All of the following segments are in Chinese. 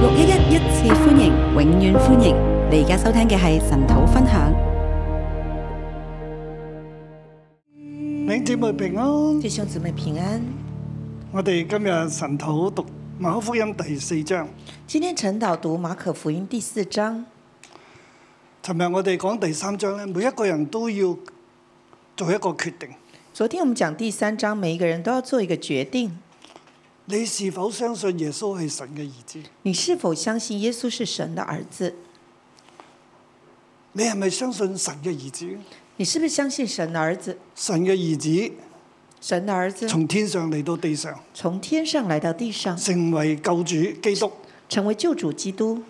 六一一一次歡迎，永遠歡迎！你而家收聽嘅係神土分享。弟兄姊妹平安，弟兄姊妹平安。我哋今日神土讀馬可福音第四章。今天晨導讀馬可福音第四章。尋日我哋講第三章咧，每一個人都要做一個決定，昨天我們講第三章，每一個人都要做一個決定：你是否相信耶穌係神嘅兒子？你是否相信耶穌是神的兒子？你係咪相信神嘅兒子？你是不是相信神的兒子？神嘅兒神的兒子子從天上嚟到地上，從天上來到地上，成為救主基督，成為救主基督，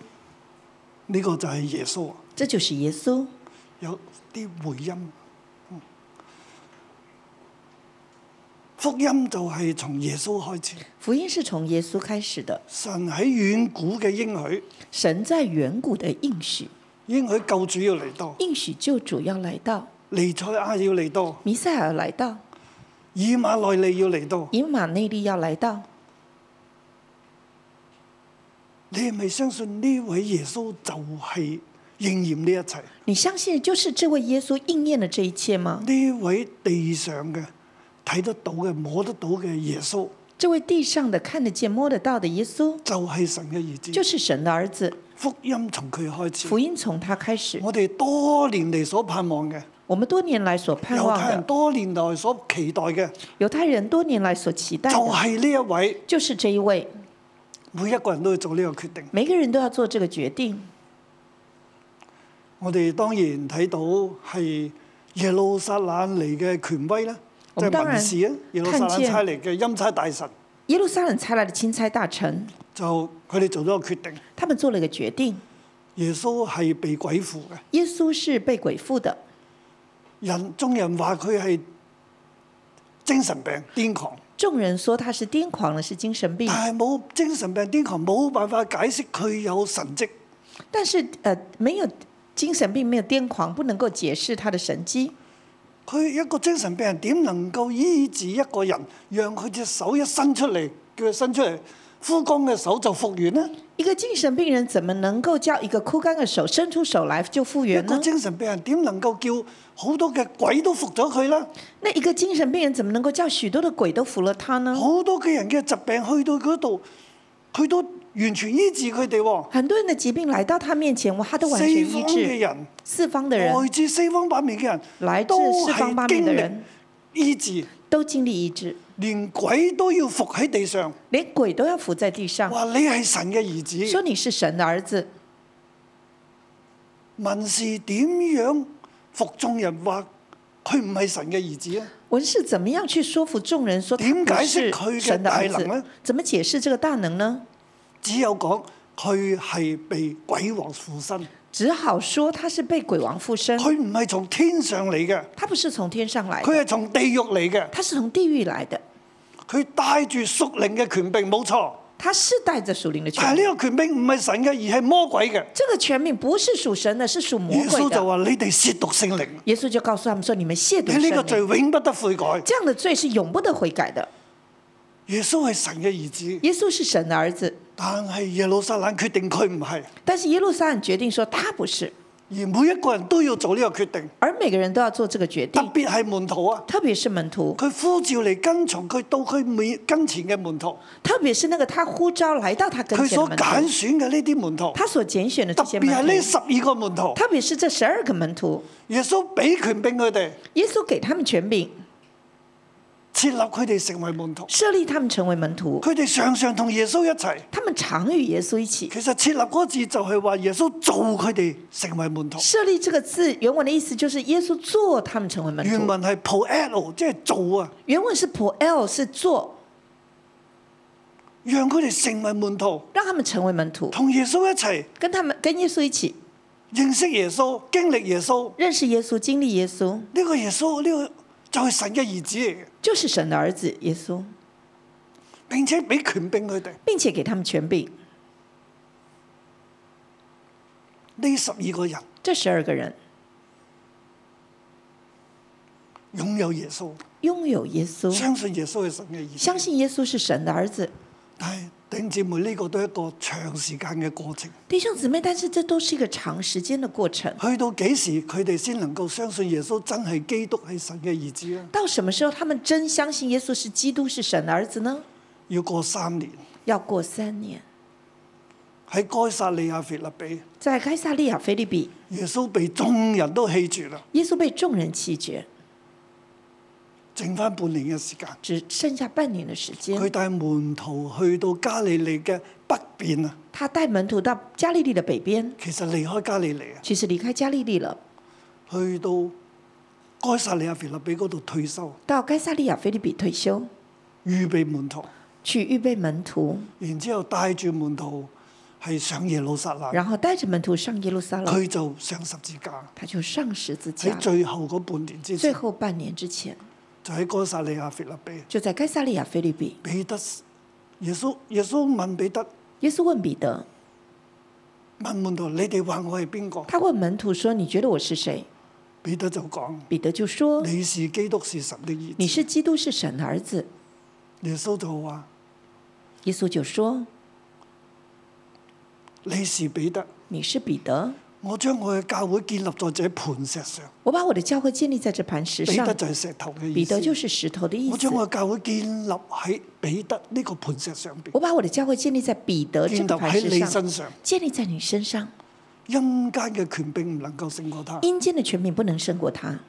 呢、個就係耶穌。這就是耶穌。有啲回音，嗯福音就係從耶穌開始。福音是從耶穌開始的，神喺遠古嘅應許，神在遠古的應許，應許救主要嚟到，應許救主要來到，尼賽亞要嚟到，彌賽亞來到，以馬內利要嚟到。以馬內利要來到。你係咪相信呢位耶穌就係應驗呢一切？你相信就是這位耶穌應驗了這一切嗎？呢位地上嘅睇得到嘅、摸得到嘅耶穌，這位地上的看得見、摸得到的耶穌，就係神嘅兒子。就是神的兒子。福音從佢開始福。音從他開始，我哋多年嚟所盼望嘅，我們多年來所盼猶望太人的，多年來所期待嘅，猶太人多年來所期就待的，係呢一位。就是這一位。每一個人都要做呢個決定。每個人都要做這個決定。我哋當然睇到係耶路撒冷嚟嘅權威啦，我即們係文士啊，耶路撒看冷見差嚟嘅欽差大臣，耶路撒冷差來的欽差大臣，就佢哋做咗個決定，他們做了一個決定：耶穌係被鬼附嘅。耶穌是被鬼附的，人眾人話佢係精神病癲狂，眾人說他是癲狂了，是精神病但，係冇精神病癲狂冇辦法解釋佢有神蹟。但是呃，沒有精神病，沒有癲狂，不能夠解釋他的神蹟。佢一個精神病人點能夠醫治一個人，讓佢隻手一伸出嚟，叫佢伸出嚟，枯乾嘅手就復原呢？一個精神病人怎麼能夠叫一個枯乾的手伸出手來就復一原個呢？精神病人點能夠叫好多嘅鬼都服咗佢呢？那一個精神病人怎麼能夠叫許多的鬼都服了他呢？好多嘅人嘅疾病去到嗰度，佢都完全醫治佢哋喎。很多人的疾病來到他面前，哇，他都完全四醫方嘅治。人，四方的人來自四方八面嘅人，來自都四方八係面經的歷人醫治，都經歷醫治，連鬼都要服喺地上。連鬼都要伏在地上，話你係神嘅兒說子，你是神的兒子。文士點樣服眾人話佢唔係神嘅兒子啊？文士怎麼樣去說服眾人說他點不解釋是佢嘅神的兒大能子呢？怎麼解釋這個大能呢？只有講佢係被鬼王附身，只好說他是被鬼王附身，佢唔係從天上嚟嘅。他不是從天上來的，佢係從地獄嚟嘅，他是從地獄來的。佢帶住屬靈嘅權柄，冇錯。他是帶着屬靈的權但柄係，呢個權柄唔係神嘅，而係魔鬼嘅。這個權柄不是屬神的，是屬魔耶鬼穌就的。話：你哋褻瀆聖靈，耶穌就告訴他們說：你們褻瀆你呢個神罪靈，永不得悔改。這樣的罪是永不得悔改的。耶穌係神嘅兒子，耶穌是神的兒子，但係耶路撒冷決定佢唔係，但是耶路撒冷決定說他不是，而每一個人都要做呢個決定，而每個人都要做這個決特定，別係門徒啊。特別是門徒，佢呼召嚟跟從佢到佢面跟前嘅門徒，特別是那個他呼召來到他跟佢前的所門揀徒，選嘅呢啲門徒，他所揀選的特這些別門係呢徒，十二個門徒，特別是這十二個門徒，耶穌俾權柄佢哋，耶穌給他們權柄，設立佢哋成為門徒。設立他們成為門徒，佢哋常常同耶穌一齊。他們常與耶穌一起。其實設立嗰個字就係話耶穌做佢哋成為門徒。設立這個字原文的意思就是耶穌做他們成為門徒原。文係 p o e l 即係做啊，原文是 “poel” 是做，讓佢哋成為門徒，讓他們成為門徒，同耶穌一齊跟他們跟耶穌一起認識耶穌、經歷耶穌。呢、認識耶穌，經歷耶穌，個耶穌呢、個就係神嘅兒子嚟嘅，就是神的兒子耶穌，並且俾權柄佢哋。並且給他們權柄。呢十二個人這十二個人擁有耶穌，擁有耶穌，相信耶穌係神嘅兒子。相信耶穌是神的兒子，但係弟兄姊妹，呢、個都係一個長時間嘅過程。弟兄姊妹，但是这都是一个长时间的過程。去到幾時佢哋先能夠相信耶穌真係基督係神嘅兒子啊咧？到什么时候他们真相信耶稣是基督是神的儿子呢？要過三年要过三年，喺該撒利亞腓立比，在该萨利亚菲利比，耶穌被眾人都棄絕啦，耶稣被众人弃绝，剩翻半年嘅時間。只剩下半年的时佢间。帶門徒去到加利利嘅北邊啊，他带門徒到加利利的北边，其實離開加利利啊，其實離開加利利了，去到該撒利亞腓立比嗰度退休，到该萨利亚菲利比退休，預備門徒，去預備門徒，然之後帶住門徒係上耶路撒冷，然后带着門徒上耶路撒冷，佢就上十字架。他就上十字喺架。最後嗰半年之最前，后半年之前，就喺哥撒利亞腓立比，就在该萨利亚菲利比，彼得耶穌耶穌問彼得耶穌問彼得，問門徒：你哋話我係邊個？他問門徒說：“你覺得我是誰彼得就講：？”彼得就說你是基督，是神的兒：“你子。是基督，是神的儿子。耶穌就話：”耶穌就說你是彼得。：“你是彼得，我將我嘅教會建立在這磐石上，我把我的教會建立在這磐石彼上得。就係石頭嘅”意彼得就思。是石頭的意我思將。我嘅教會建立喺彼得呢個磐石上邊，我把我的教會建立在彼得建這立個磐喺石你上，身上。建立在你身上。陰間嘅權柄唔能夠勝過他。嗰、陰間的權柄不能勝過他。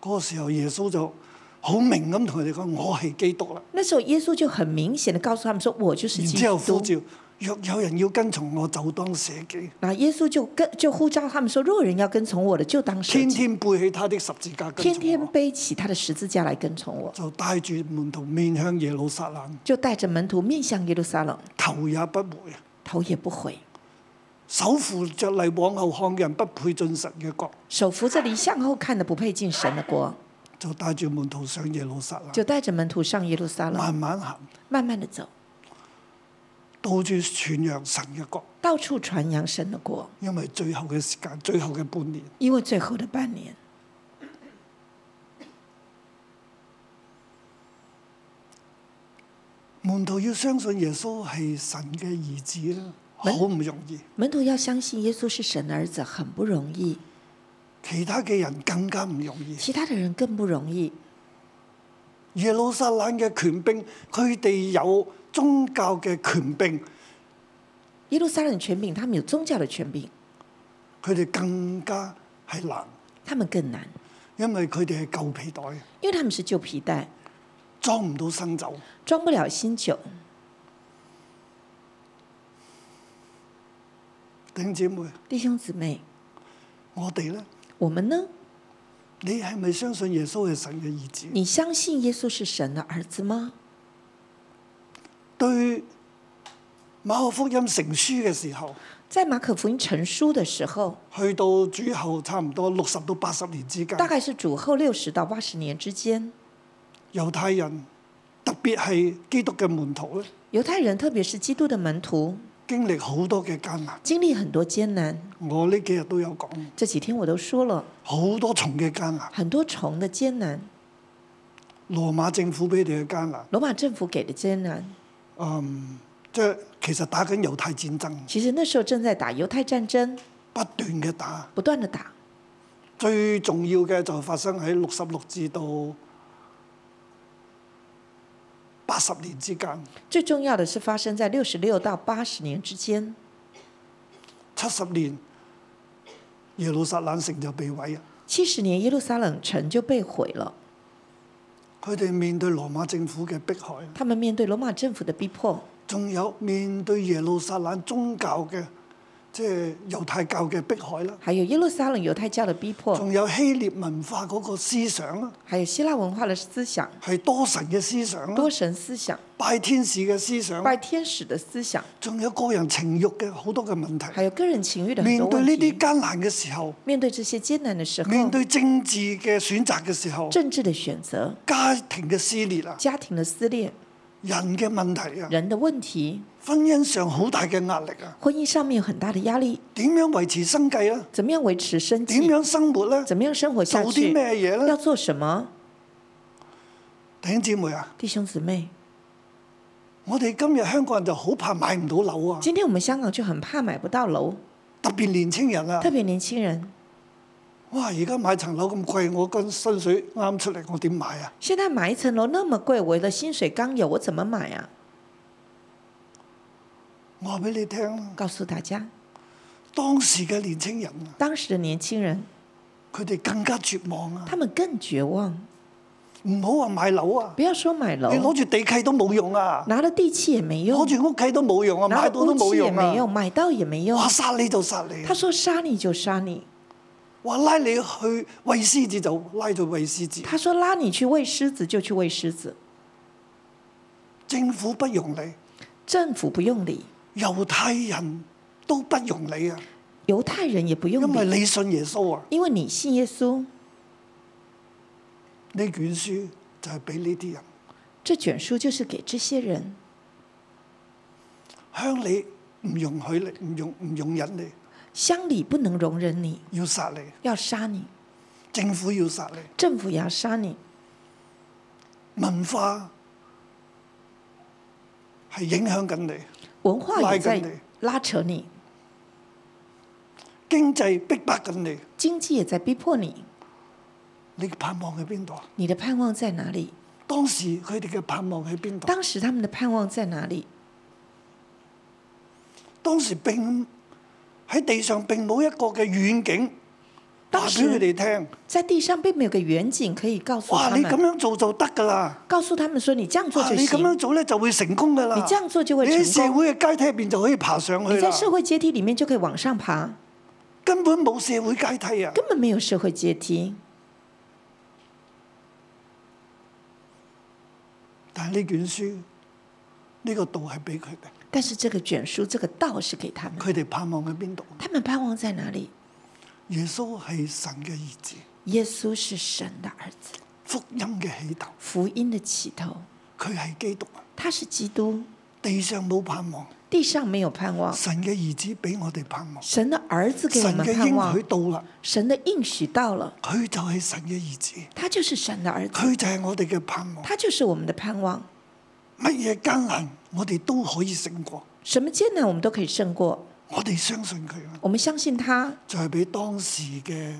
個時候耶穌就好明咁同佢哋講：我係基督啦。那時候耶穌就很明顯的告訴他們說：“我就是然基之後呼督。召，若有人要跟從我，就當捨己，”然後耶穌就跟就呼召他們說：“若有人要跟從我的，就當舍天己，天背起他的十字架跟天從天我。背起他的十字架來跟從我。就帶住門徒面向耶路撒冷，”就帶着門徒面向耶路撒冷，頭也不回，頭也不回，手扶着犁往後看嘅人不配進神嘅國。手扶着犁向後看的，不配進神的國。就帶住門徒上耶路撒冷，就帶着門徒上耶路撒冷，慢慢行，慢慢的走，到處傳揚神嘅國。到處傳揚神的國。因為最後嘅時間，最後嘅半年，因為最後的半年，門徒要相信耶穌係神嘅兒子啦，好咩唔容易。門徒要相信耶穌是神的兒子，很不容易。其他嘅人更加唔容易。其他的人更不容易。耶路撒冷嘅權柄，佢哋有宗教嘅權柄，耶路撒冷權柄，他們有宗教的權柄，佢哋更加係難，他們更難，因為佢哋係舊皮袋，因為他們是舊皮帶，裝唔到新酒。裝不了新酒。弟兄姊妹，弟兄姊妹，我哋呢？我們呢？你係咪相信耶穌係神嘅兒子？你相信耶穌是神的兒子嗎？對馬可福音成書嘅時候，在馬可福音成書的時候，去到主後差唔多六十到八十年之間，大概是主後六十到八十年之間，猶太人特別係基督嘅門徒咧，猶太人，特別是基督的門徒，經歷好多嘅艱難。經歷很多艱難。我呢幾日都有講，這幾天我都說了好多重嘅艱難，很多重的艱難，羅馬政府俾你嘅艱難，羅馬政府給的艱難。嗯，即係其實打緊猶太戰爭，其實那時候正在打猶太戰爭，不斷嘅打。不斷的打。最重要嘅就發生喺六十六至到八十年之間，最重要的是发生在六十六到八十年之间，七十年耶路撒冷城就被毀啊！七十年耶路撒冷城就被毁了。佢哋面對羅馬政府嘅迫害，啊他们面对罗马政府的逼迫，仲有面對耶路撒冷宗教嘅即係猶太教嘅迫害啦，还有耶路撒冷犹太教的逼迫，仲有希臘文化嗰個思想啦，还有希腊文化的思想、係多神嘅思想啦多，神思想、拜天使嘅思想啦，啊拜天使的思想，仲有個人情慾嘅好多嘅問題。还有个人情欲的很面多對问呢题啲。艱難嘅時候，面对这些艰难的时候，面對政治嘅選擇嘅時候，政治的选择、家庭嘅撕裂啊，家庭的撕裂、人嘅問題啊，人的問題、婚姻上好大嘅壓力啊，婚姻上面有很大的压力，點樣維持生計啊？怎么样维持生點计？樣生活咧？怎么样生活下做去啲？咩嘢咧要？做什么？弟兄姊妹啊，弟兄姊妹，我哋今日香港人就好怕買唔到樓啊，今天我们香港就很怕买不到楼，特別年青人啊特。别年轻人。哇！而家買層樓咁貴，我跟薪水啱出嚟，我點買啊？现在买一层楼那么贵，我的薪水刚有，我怎么买啊？我話俾你聽啦，告诉大家，當時嘅年青人啊，当时的年轻人佢哋更加絕望啊！他们更绝望，唔好話買樓啊，不要说买你楼，攞住地契都冇用啊，拿了地契也没用攞，住屋契都冇用啊，拿買了到都屋冇契也用没啊！用，买到也没用哇！。殺你就殺你他啊，说杀你就杀你，哇！拉你去喂獅子就拉咗喂獅子，他说拉你去喂狮子就去喂狮子，政府不容你，政府不用理，猶太人都不容你啊，犹太人也不用因為理，你信耶穌啊，因为你信耶稣。呢卷書就係俾呢啲人这卷书就是给这些人，向你唔容許你，唔容唔容忍你，乡里不能容忍你，要殺你。要杀你，政府要殺你，政府也要杀你，文化係影響緊你，文化拉也緊在你拉扯你，經濟逼迫緊你，经济也在逼迫你。你嘅盼望喺邊度啊？你的盼望在哪里？當時佢哋嘅盼望喺邊度？当时他们的盼望在哪里？當時並喺地上並冇一個嘅遠景話當時俾佢哋聽，在地上并没有个远景可以告诉哇！他你咁们，樣做就得㗎啦，告诉他们说你这样做哇！就你咁樣行，做咧就會成功㗎啦，你這樣做就會你喺成社功會嘅階梯入邊就可以爬上去你啦在，社會阶梯里面就可以往上爬，根本冇社會階梯啊！根本没有社会阶梯。但係呢卷書呢、個道係俾佢哋。但是这个卷书这个道是给他们，佢哋盼望喺邊度？他们盼望在哪里？耶穌係神嘅兒子，耶稣是神的儿子，福音嘅起頭，福音的起头，佢係基督啊！他是基督，地上冇盼望，地上没有盼望，神嘅兒子俾我哋盼望，神的儿子给我神们嘅盼應望許，到啦，神的应许到了，佢就係神嘅兒子，他就是神的儿子，佢就係我哋嘅盼望。他就是我们的盼望。乜嘢艱難，我哋都可以勝過，什么艰难我们都可以胜过，我哋相信佢啊！我们相信他，就係俾當時嘅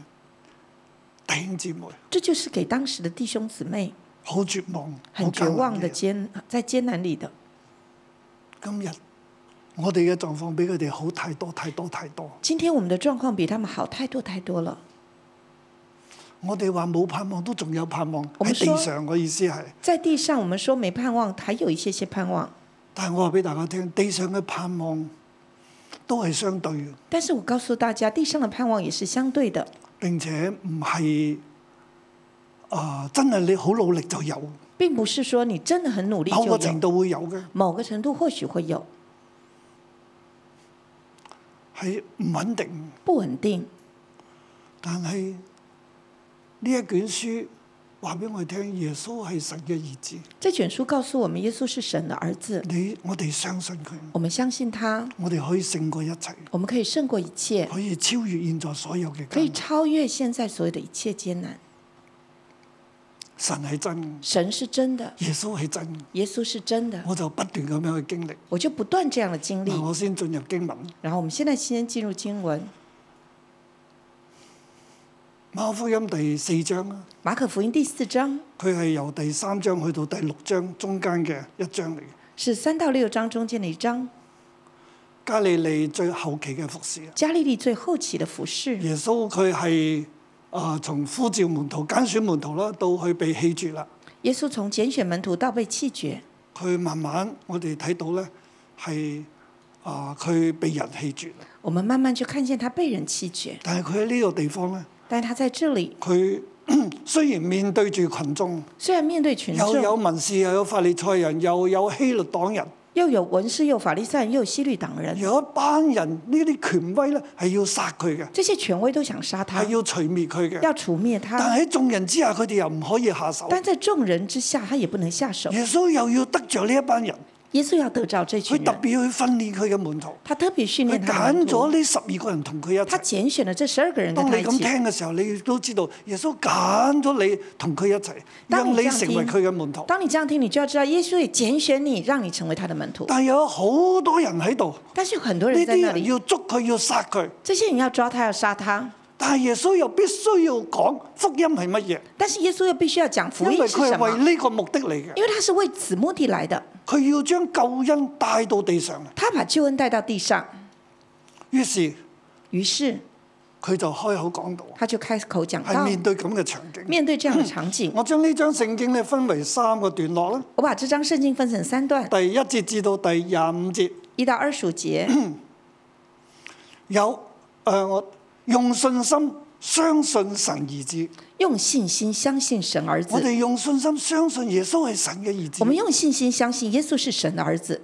弟兄姊妹这就是给当时的弟兄姊妹好絕望、好很绝艱望難的嘅人。艰在艰难里的。今日我哋嘅狀況比佢哋好太多太多太多。今天我们的状况比他们好太多太多了。我哋話冇盼望都仲有盼望我喺們地說上，我意思係。在地上，我们说没盼望，还有一些些盼望。但係我話俾大家聽，地上嘅盼望都係相對嘅，但是我告诉大家，地上的盼望也是相對的，並且唔係啊真係你好努力就有，并不是说你真的很努力某個就程有，度會有嘅，某个程度或许会有係唔穩定。不穩定。但係呢一卷書話俾我哋聽，耶穌係神嘅兒子，这卷书告诉我们，耶穌是神的儿子，你我哋相信佢，我们相信他，我哋可以勝過一切，我们可以勝過一切，可以超越現在所有嘅可以艱難。超越现在所有的一切艱難。神係真，神是真的，耶穌係真，耶穌是真的，我就不斷咁樣去經歷。我就不斷這樣的经历。嗱，我先進入經文。然后我们现在先进入经文，馬可福音第四章啦，马可福音第四章佢係由第三章去到第六章中間嘅一章嚟嘅。是三到六章中间的一章，加利利最後期嘅服侍啊，加利利最后期的服饰。耶穌佢係啊從呼召門徒、揀選門徒啦，到去被棄絕啦，耶穌从拣选门徒到被弃绝，佢慢慢我哋睇到咧係啊佢被人棄絕啦，我们慢慢就看见他被人弃绝，但係佢喺呢個地方咧，但他在这里佢 雖然面對住群眾，虽然面对群又有众，文士，又有法利賽人，又有希律黨人，又有文士，又有法利赛人，又有西律党人，有一班人呢啲權威咧係要殺佢嘅。这些权威都想杀他係，要除滅佢嘅。要除灭但他。喺眾人之下，佢哋又唔可以下手。但在众人之下，他也不能下手。耶穌又要得着呢一班人，耶稣要得着这群佢特人，別去訓練佢嘅門徒，他特别训佢练他揀门徒咗呢十二個人同佢一他齊。拣选了这十二个人跟當你他一咁起。聽嘅時候，你都知道耶穌揀咗你同佢一齊，讓當你你這樣成為佢嘅門徒。当你这样听，你就要知道，耶稣也拣选你，让你成为他的门徒。但係有好多人喺度，但是有很多呢人在啲啊那人里，要捉佢，要殺佢。这些人要抓他，要杀他。但係耶穌又必須要講福音係乜嘢，但是耶稣又必须要讲福因音為是佢什係么，為呢個目的嚟嘅。因为他是为此目的来的。佢要將救恩帶到地上。啊他把救恩带到地上，於是于是佢就開口講道，啊他就开口讲係道。面對咁嘅場景。面对這樣的場景，我將呢張聖經咧分為三個段落啦，我把这张聖經分成三段，第一節至到第廿五節一到二十五节有誒、呃我用信心相信神兒子，用信心相信神儿子我。哋用信心相信耶穌係神嘅兒我們子。用信心相信耶穌是神的儿子。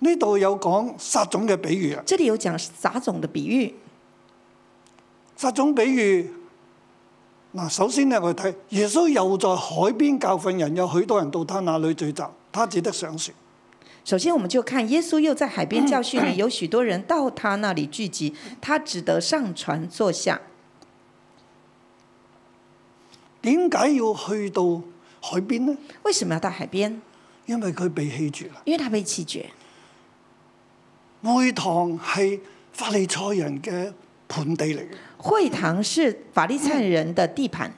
呢度有講撒種嘅比喻啊，这里有講撒種的比喻。撒種比喻。嗱，首先咧，我哋睇耶穌又在海邊教訓人，有許多人到他那裏聚集，他只得上船。首先，我們就看耶穌又在海邊教訓人，有許多人到他那里聚集，他只得上船坐下。點解要去到海邊呢？為什麼要到海邊？因為佢被棄絕啦。因為他被棄絕。會堂係法利賽人嘅盆地嚟嘅，會堂是法利賽人的地盤，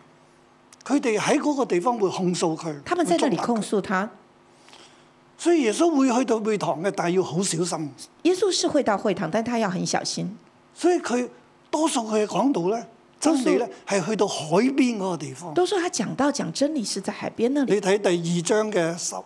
佢哋喺嗰個地方會控訴佢，他們在那會里捉拿佢控訴他。所以耶穌會去到會堂嘅，但係要好小心。耶穌是會到會堂，但他要很小心。所以佢多數佢嘅講道咧，真理咧係去到海邊嗰個地方。都说他講道講真理是在海邊那里。你睇第二章嘅十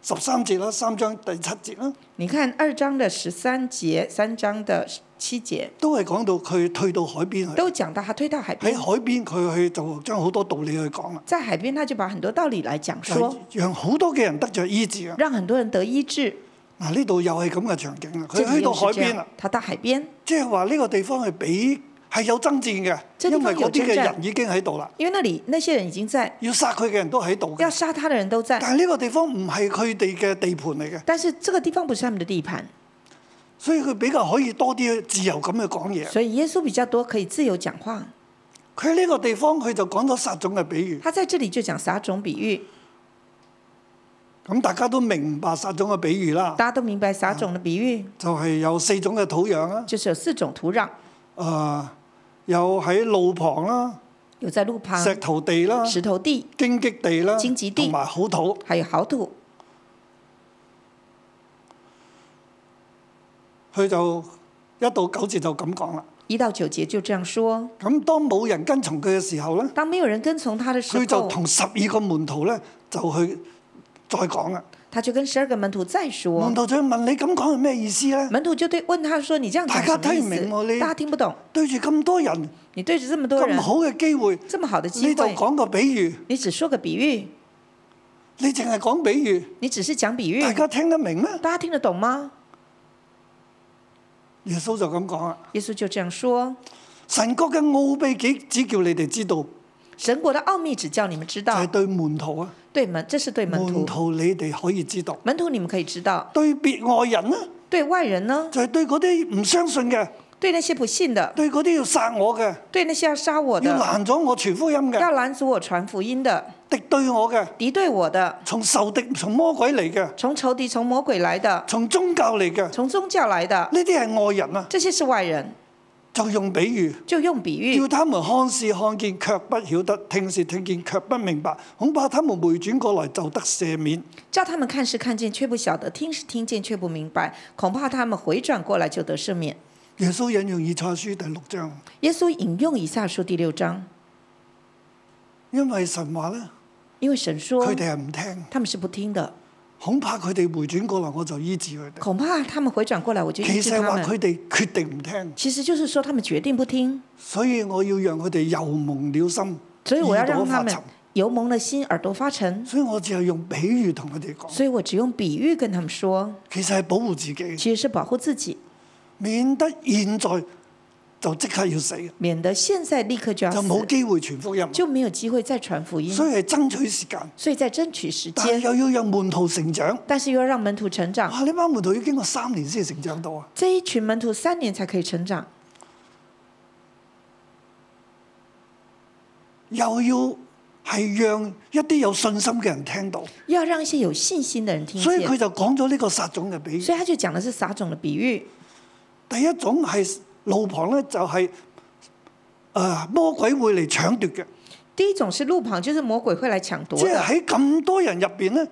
十三節啦，三章第七節啦，你看二章的十三节，三章的七节，都係講到佢退到海邊去。都讲到他推到海喺边，海邊佢去就將好多道理去講啦，在海边他就把很多道理来讲就说係，讓好多嘅人得着醫治啊！让很多人得医治。嗱，呢度又係咁嘅場景啦，这佢里去到又海是这邊啦样。，他到海边，啊即係話呢個地方係比係有爭戰即嘅，係地因為方有嗰啲嘅爭戰人已經喺度啦，因为那里那些人已经在，要殺佢嘅人都喺度要嘅。杀他的人都在，但係呢個地方唔係佢哋嘅地盤嚟嘅，但是这个地方不是他们的地盘，所以佢比較可以多啲自由咁去講嘢。所以耶稣比较多可以自由讲話。佢喺呢個地方佢就講咗殺種嘅比喻，他在这里就讲撒种比喻，咁大家都明白殺種嘅比喻啦大，家都明白撒种的比喻就係、有四種嘅土壤啦，就是有四种土壤，誒、有喺路旁啦、有在路旁、石頭地啦、石头地，荊棘地啦荊棘，地同埋好土。还有好土。佢就一到九節就咁講啦。一到九节就这样说。咁當冇人跟從佢嘅時候咧。当没有人跟从他的时佢就候，同十二個門徒咧就去再講啦。他就跟十二个门徒再門说。徒就問你咁講係咩意思咧？门徒就对问他说：“你这样讲大家什聽唔么意明喎思？呢大家听不懂。對住咁多人你对着这么多人咁，好嘅機會，这么好的机你就会，講個比喻，你只说个比喻，你淨係講比喻，你只是讲比喻，大家聽得明咩？大家听得懂吗耶穌就咁講啦。？”耶稣就这样说：“神國嘅奧秘幾只叫你哋知道，就神国的奥秘只叫你们知係道，對門徒啊，对门，这是对门門徒，徒你哋可以知道。门徒你们可以知道，對別外人呢，啊对外人呢，就係對嗰啲唔相信嘅，对那些不信的，對嗰啲要殺我嘅，对那些要杀我要的，攔咗我傳福音嘅，要拦阻我传福音的，敵對我嘅，敌对我的，從仇敵、從魔鬼嚟嘅，从仇敌、从魔鬼来的，從宗教嚟嘅。从宗教来的。”呢啲係外人啊，这些是外人，就用比喻，就用比喻叫，他們看是看見，卻不曉得；聽是聽見，卻不明白。恐怕他們回轉過來就得赦免。叫他们看是看见，却不晓得；听是听见，却不明白。恐怕他们回转过来就得赦免。耶穌引用以賽書第六章，耶稣引用以下书第六章，因為神話咧，因为神说佢哋係唔聽，他们是不听的，恐怕佢哋回轉過來，我就醫治佢哋。恐怕他们回转过来，我就其医治實係他話们。佢哋決定唔聽，其實就是说他们决定不听，所以我要讓佢哋又蒙了心，所以我要耳朵让他發们沉。油蒙了心，耳朵发沉。所以我只係用比喻同佢哋講，所以我只用比喻跟他们说，其實係保護自己，其实是保护自己，免得現在就即刻要死嘅，免得現在立刻就要就冇死，機會傳福音，就沒有機會再傳福音。所以係爭取時間，所以在爭取時但係間，又要啊讓門徒成長。但是又要讓門徒成長。哇！呢班門徒要經過三年先成長到啊，這一群門徒三年才可以成長，又要係讓一啲有信心嘅人聽到，要讓一些有信心的人聽所以佢見。就講咗呢個撒種嘅比喻所。以他就講的是撒種的比喻。第一種係路旁咧，就係、呃魔鬼會嚟搶奪嘅，第一種是路旁，就是魔鬼會來搶奪即係的。喺咁多人入邊咧，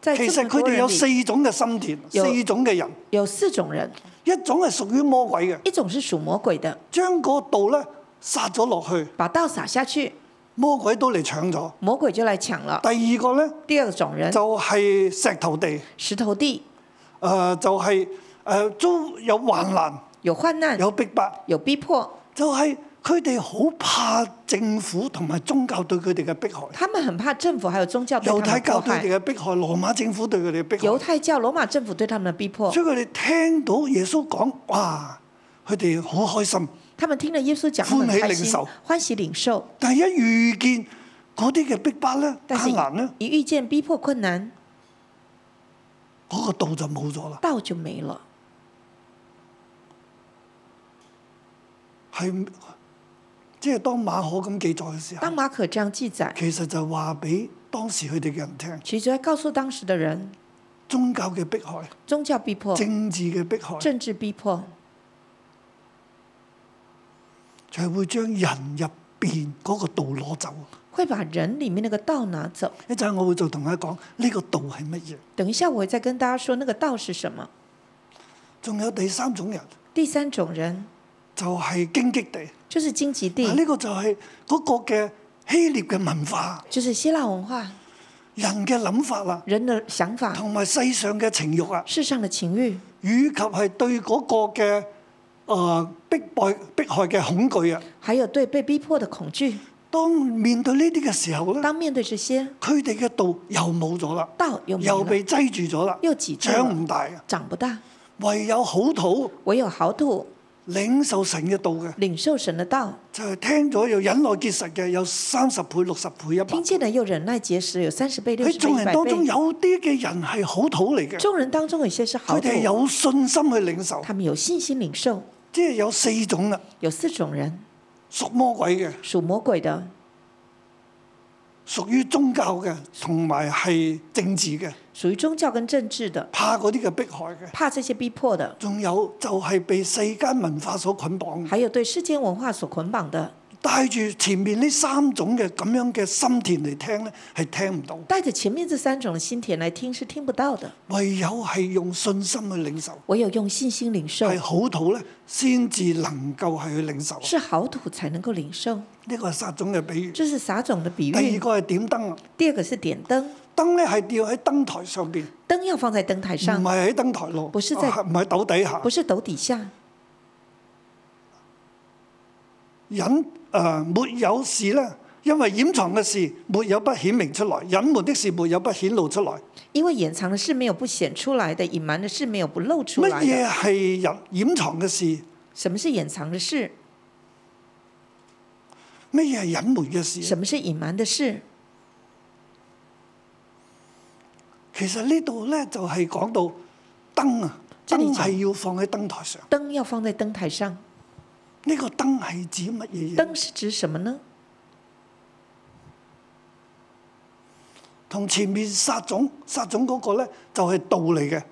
在其這實麼佢多哋人有裡，四種嘅心田，有四種嘅人，有四種人，一種係屬於魔鬼嘅，一種是屬魔鬼的，將個道咧殺咗落去，把道撒下去，魔鬼都嚟搶咗。魔鬼就來搶了。第二個咧第二種人，就係、石頭地，誒、石頭地，呃就係、誒、都有患難，有患難，有逼迫，有逼迫，就係佢哋好怕政府同埋宗教對佢哋嘅迫害。他們很怕政府還有宗教對猶太他們的教迫對佢害，哋嘅迫害，羅馬政府對佢哋嘅迫猶害，太教、羅馬政府對他們的逼迫所。以佢哋聽到耶穌講，哇！佢哋好開心，他們聽了耶穌講，他們很開心，歡喜領受。但係一遇見嗰啲嘅逼迫咧、但是艱難咧，一遇見逼迫困難，嗰、個道就冇咗啦，道就沒了，係即係當馬可咁記載嘅時候當，馬可這樣記載，其實就話俾當時佢哋嘅人聽，其實在告訴當時的人，宗教嘅迫害、宗教逼迫、政治嘅迫害，政治逼迫，就係會將人入邊嗰個道攞走。會把人裡面那個道拿走。一陣我會再同大家講呢個道係乜嘢。等一下我會再跟大家說那個道是什麼。仲有第三種人第三種人就係荊棘地。就是荆棘嗱，地，呢個就係嗰個嘅希臘嘅文化、就是希臘文化人嘅諗法啦，人的想法、同埋世上嘅情欲啊，世上的情欲，以及係對嗰個嘅誒迫害迫害嘅恐懼啊。還有對被逼迫的恐懼。當面對呢啲嘅時候咧，當面對這些，佢哋嘅道又冇咗啦，道又沒又了，被擠住咗啦，又擠住長了，唔大啊。長不大。唯有好土唯有好土領受神嘅道嘅，領受神的道，就係、聽咗又忍耐結實嘅，有三十倍、六十倍、一百聽。見了又忍耐節食，有三十倍、六喺十倍、眾一哎人百當中倍。有啲嘅人係好土嚟嘅，眾人當中有些是好佢土哋，有信心去領受。他們有信心領受。即係有四種啦，有四種人，屬魔鬼嘅，屬魔鬼的，屬於宗教嘅，同埋係政治嘅，屬於宗教跟政治的，怕嗰啲嘅迫害嘅，怕這些逼迫的，仲有就係被世間文化所捆綁嘅，還有對世間文化所捆綁的，帶住前面呢三種嘅咁樣嘅心田嚟聽呢，係聽唔到，帶着前面這三種的心田來聽是聽不到的，唯有係用信心去領受，唯有用信心領受係，好土呢，先至能夠係去領受。是好土才能夠領受。呢個係撒種嘅比喻。這是撒種的比第二喻。個係點燈啊，第二個是點燈，燈呢係吊喺燈台上邊，燈要放在燈台唔上，係喺燈台路，不是在啊唔係斗底下不。是斗底下。隱誒、呃、沒有事咧，因為掩藏嘅事沒有不顯明出來，隱瞞的事沒有不顯露出來。因為掩藏的事沒有不顯出來的，隱瞞的事沒有不露出乜來的。嘢係隱掩藏嘅事？什麼是掩藏的事？乜嘢係隱瞞嘅事？啊什麼是隱瞞的事？其實呢度咧就係、講到燈啊，即係你燈講係要放喺燈台上。燈要放在燈台上，呢、個燈係指乜嘢嘢？燈是指什麼呢？同前面撒種撒種嗰個咧就係、道嚟嘅。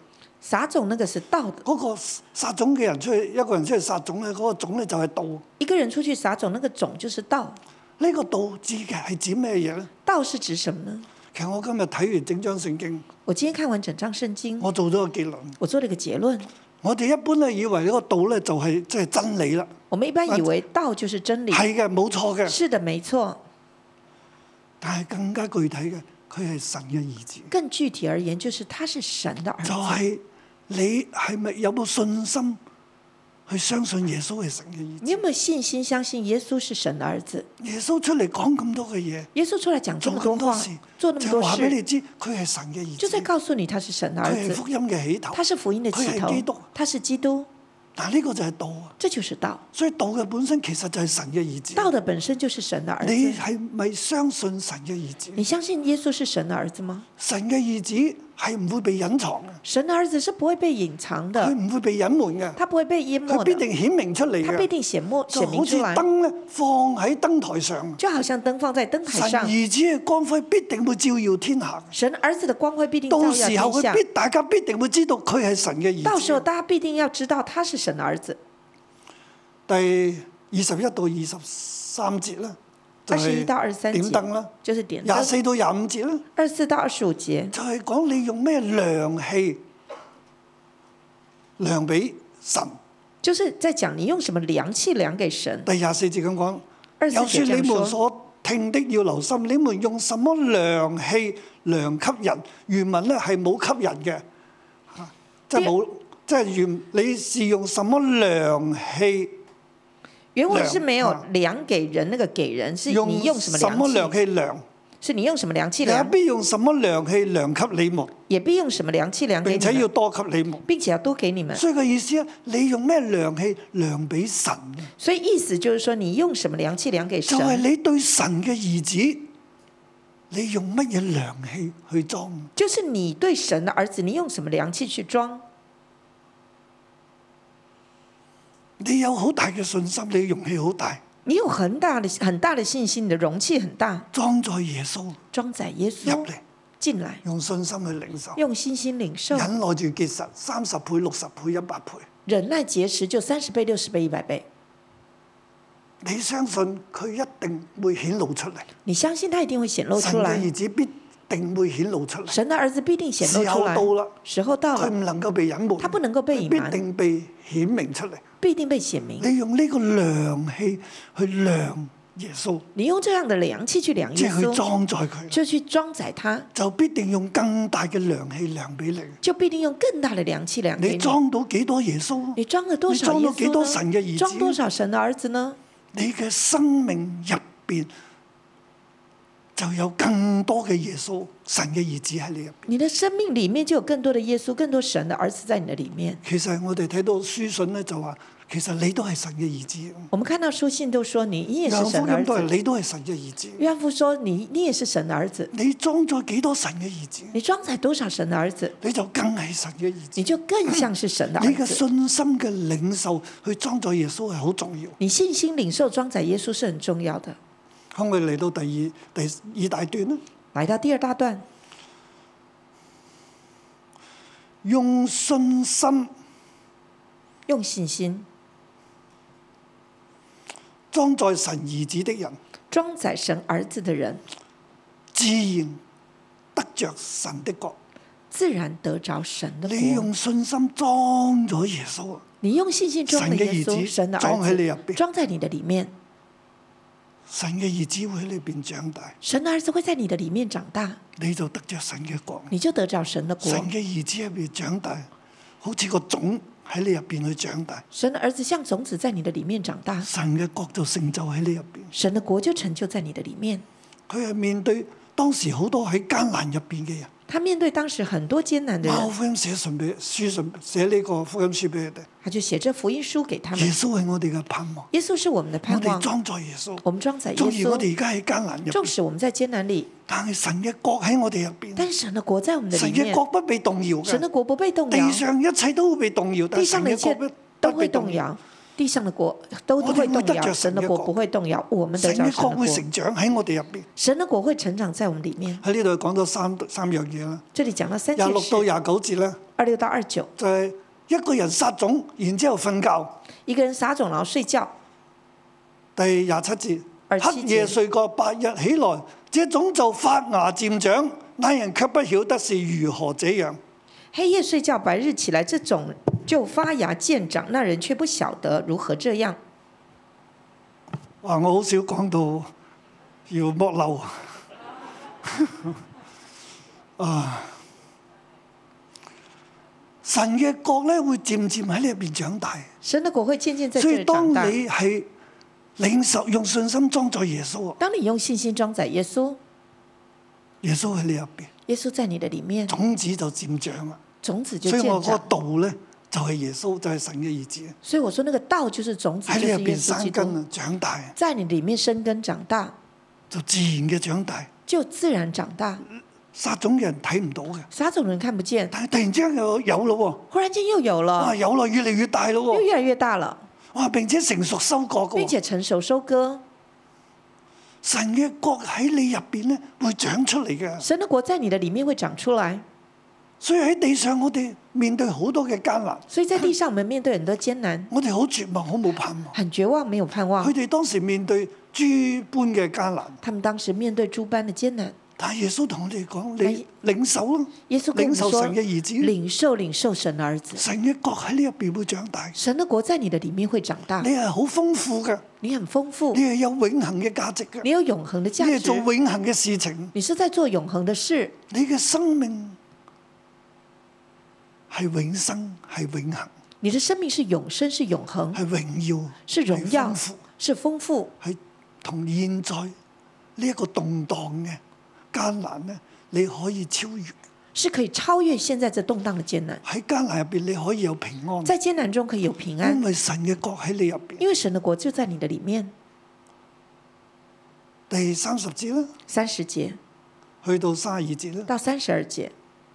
撒種那個是道的，嗰、個撒種嘅人出去，一個人出去撒種咧，嗰、個種咧就係道。一個人出去撒種，那個種就是道。呢、個道指嘅係指咩嘢咧？道是指什麼呢？其實我今日睇完整章聖經，我今天看完整章聖經，我做咗個結論。我做了一個結論。我哋一般咧以為呢個道咧就係即係真理啦，我們一般以為道就是真理，係嘅冇錯嘅，是的，沒錯。但係更加具體嘅，佢係神嘅兒子，更具體而言，就是他是神的就兒子。係、你係咪有冇信心去相信耶穌係神嘅兒子？你有沒有信心相信耶穌是神的兒子？耶穌出嚟講咁多嘅嘢，耶穌出來講這做麼咁多多話事，，做那麼就多話事俾，你知佢係神嘅兒就在子，告訴你他是神的佢係兒福子，音嘅起頭他。是福音的起他是基督頭，他是基督，嗱，呢個就係道啊！这就是道。所以道嘅本身其實就係神嘅兒子。道的本身就是神的儿你子。係咪相信神嘅兒子？你相信耶稣是神的儿子吗？神嘅兒子係唔會被隱藏嘅，神的儿子是不会被隐藏佢的，唔會被隱瞞嘅，他不会被淹没佢必的，定顯明出嚟他必嘅。定显没就显明好似出来，燈咧放喺燈台上，就好像灯放在灯台神上。兒子嘅光輝必定會照耀天下。神儿子的光辉必定照到時耀候佢天下必，大家必定會知道佢係神嘅到兒时候子。大家必定要知道他是神的儿子。第二十一到二十三節啦，就二十一係到二十三點节燈啦，就是点灯廿。四到廿五節啦，二十四到二十五节就係講你用咩量器量俾神。就是在讲你用什么量器量给神。第廿四節咁講。二十有四說节这你样們说。所聽的要留心，你們用什麼量器量給人？原文咧係冇給人嘅，啊即係冇，即係原你是用什麼量器？原文量是没有啊量给人，那个给人是用你用什么什麼量量器，器量？是你用什么量器也量，必用什麼量器量給你們，也必用什么量器量並给你且要们，多給你們。并且要多给你们。所以個意思咧，你用咩量器量俾神啊？所以意思就是说，你用什么量器量给就係神，你對神嘅兒子，你用乜嘢量器去裝？就是你对神的儿子，你用什么量器去装。你有好大嘅信心，你容器好大，你有很大的很大的信心，你的容器很大，裝載耶穌装载耶入稣嚟，进来，用信心去領受，用信心领受，忍耐住結實，三十倍、六十倍、一百倍。忍耐节食就三十倍、六十倍、一百倍。你相信佢一定會顯露出嚟，你相信他一定会显露神出嘅来，兒子必定會顯露出嚟。神的儿子必定显露出来时候到了。时候到佢了，唔能夠被隱瞞，他不能夠被隱瞞必定被顯明出嚟。必定被显明。你用呢個量器去量耶穌，你用这样的量器去量即耶係去稣，裝載佢，就去装载他，就必定用更大嘅量器量俾你。就必定用更大的量器量给你你。裝到幾多耶穌啊？你装了多你少装耶到几多稣神嘅儿呢？子装多少神的儿子呢？你嘅生命入邊就有更多嘅耶穌，神嘅兒子喺你入邊。你的生命里面就有更多的耶稣，更多神的儿子在你的里面。其實我哋睇到書信咧，就話其實你都係神嘅兒子，我们看到书信都说你，你也兩是福神的儿音都係子。你都係神嘅兒子。约翰福说你，你也是神的儿子。你裝咗幾多神嘅兒子，你装载多少神的儿子，你就更係神嘅兒子你。就更像是神的你儿嘅子。信心嘅領受去裝載耶穌係好重要。你信心领受装载耶稣是很重要的。咁我哋嚟到第二第二大段啦，来到第二大段，用信心用信心裝載神兒子的人，装载神儿子的人，自然得着神的國。自然得着神的你国。用信心裝咗耶啊穌，你用信心装了耶神的儿稣，子神的装喺你入儿子边装在你的里面，神嘅兒子會喺裏邊長大，神的儿子会在你的里面长大，你就得着神嘅國。你就得着神的国神。嘅兒子喺入邊長大，好似個種喺你入邊去長大，神的儿子像种子在你的里面长大，神嘅國就成就喺你入邊。神的国就成就在你的里面。佢係面對當時好多喺艱難入邊嘅人。他面对当时很多艰难的馬可人，福音寫信俾書信寫呢個福音書俾佢哋。他就写这福音书给他耶们。穌係我哋嘅盼望，耶穌是我们的我盼哋望，裝在耶穌。我们装载耶縱然我稣。哋而家喺艱難入纵邊，使我们在艰难里，但係神嘅國喺我哋入邊，但神的国在我们的神里嘅面，國不被動搖神的嘅。国不被动摇地，上一切都會被動搖，但地係神上的一嘅國切不都不会被动動搖。摇，地上的国都我们会动会得摇，着神神的的国国不会动摇，我们神得着嘅神國會的国，成長喺我哋入邊。神的国会成长在我们里面。喺呢度講咗三三樣嘢啦，这里讲到三廿件六到事，廿九節咧，二六到二九，就係、一個人撒種，然之後瞓覺。一个人撒种然后睡觉，第廿七節， 27節黑夜睡覺，白日起來，這種就發芽漸長，那人卻不曉得是如何這樣。黑夜睡觉，白日起来，这种就发芽见长，那人却不晓得如何这样。哇！我好少講到要剝漏 啊！神嘅國咧會漸漸喺你入邊長大，神的国会渐渐在所这以里當长大。你係領受用信心裝載耶穌啊，当你用信心装载耶稣，耶穌喺你入邊，耶稣在你的里面，種子就漸長啦。种子就所以我见嗰個长。道咧就係耶穌，就係神嘅兒子，所以我说那个道就是种子，喺你就是入邊耶稣基生根督，啊，長大在你里面生根长大，就自然嘅長大。就自然长大。撒種嘅人睇唔到嘅，撒种人看不见，但係突然之間又有咯忽然间又有喎，了哇，，有咯，越嚟越大咯又喎，越来越大了，哇！並且成熟收割嘅并喎，且成熟收割。神嘅國喺你入邊咧會長出嚟嘅。神的国在你的里面会长出来。所以喺地上我哋面對好多嘅艱難，所以在地上，我们面对很多艰 难，我哋好絕望，好冇盼望。很绝望，没有盼望佢。哋當時面對諸般嘅艱難，他们当时面对诸般的艰难，但係耶穌同我哋講：係你領受咯，耶稣領跟我们受神嘅说：兒子，领受领受神的儿子，神嘅國喺呢入邊會長大。神的国在你的里面会长大你。係好豐富嘅，你很丰富你，係有永恆嘅價值嘅，你有永恒的价你係值做，永恆嘅事情，你是在做永恒的事，你嘅生命係永生，係永恆，你的生命是永生，是永恒，係榮耀，是荣耀係豐富，是丰富，係同現在呢一個動盪嘅艱難咧，你可以超越。是可以超越现在这动荡的艰难。喺艱難入邊，你可以有平安。在艰难中可以有平因安，為神嘅國喺你入邊。因为神的国就在你的里面。第三十節啦，三十节去到三十二節啦，到三十二节，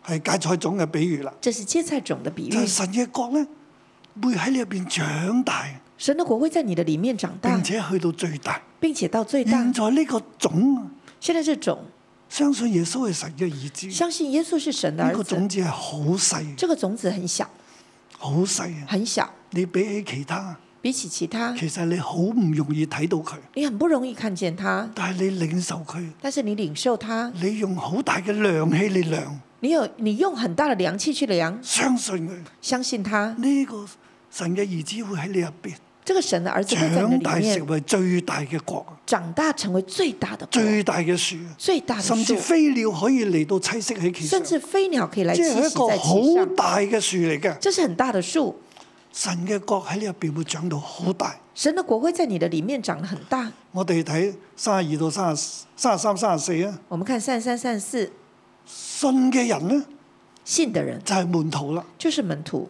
係芥菜種嘅比喻啦。这是芥菜种的比喻就。係神嘅國咧，會喺你入邊長大，神的国会在你的里面長大並，且嗯去到最大。并且到最大現。在呢個種啊，现在这种相信耶穌係神嘅兒子。相信耶稣是神的呢儿個子種，子係好細，这个种子很小，好細啊！很小，你比起其他，比起其他，其實你好唔容易睇到佢，你很不容易看见它，但係你領受佢，但是你领受它，你用好大嘅量氣嚟量，你有你用很大的良气去量，相信佢相信它，呢、個神嘅兒子會喺你入邊这个神的儿子会在你長的大，里成面為最大嘅國，长大，成为最大的国，最大嘅樹，最大的甚至树，飛鳥可以嚟到棲息喺其上甚。至飞鸟可以来即係栖一息個在其好上。大嘅樹嚟嘅，这是很大的树，神嘅國喺呢入邊會長到好大。神的国会在你的里面长得很大。我哋睇三十二到三十三十三、三十四啊，我们看三三三四信嘅人呢，信的人就係、門徒啦，就是门徒。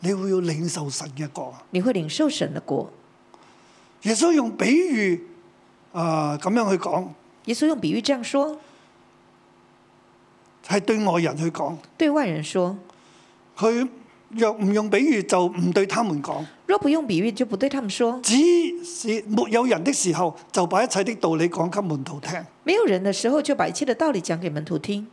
你會要領受神嘅國。你会领受神的国。耶穌用比喻啊咁、樣去講，耶稣用比喻这样说，係對外人去講。对外人说：佢若唔用比喻，就唔對他們講。若不用比喻，就不对他们说。只是沒有人的時候，就把一切的道理講給門徒聽。没有人的时候，就把一切的道理讲给门徒听。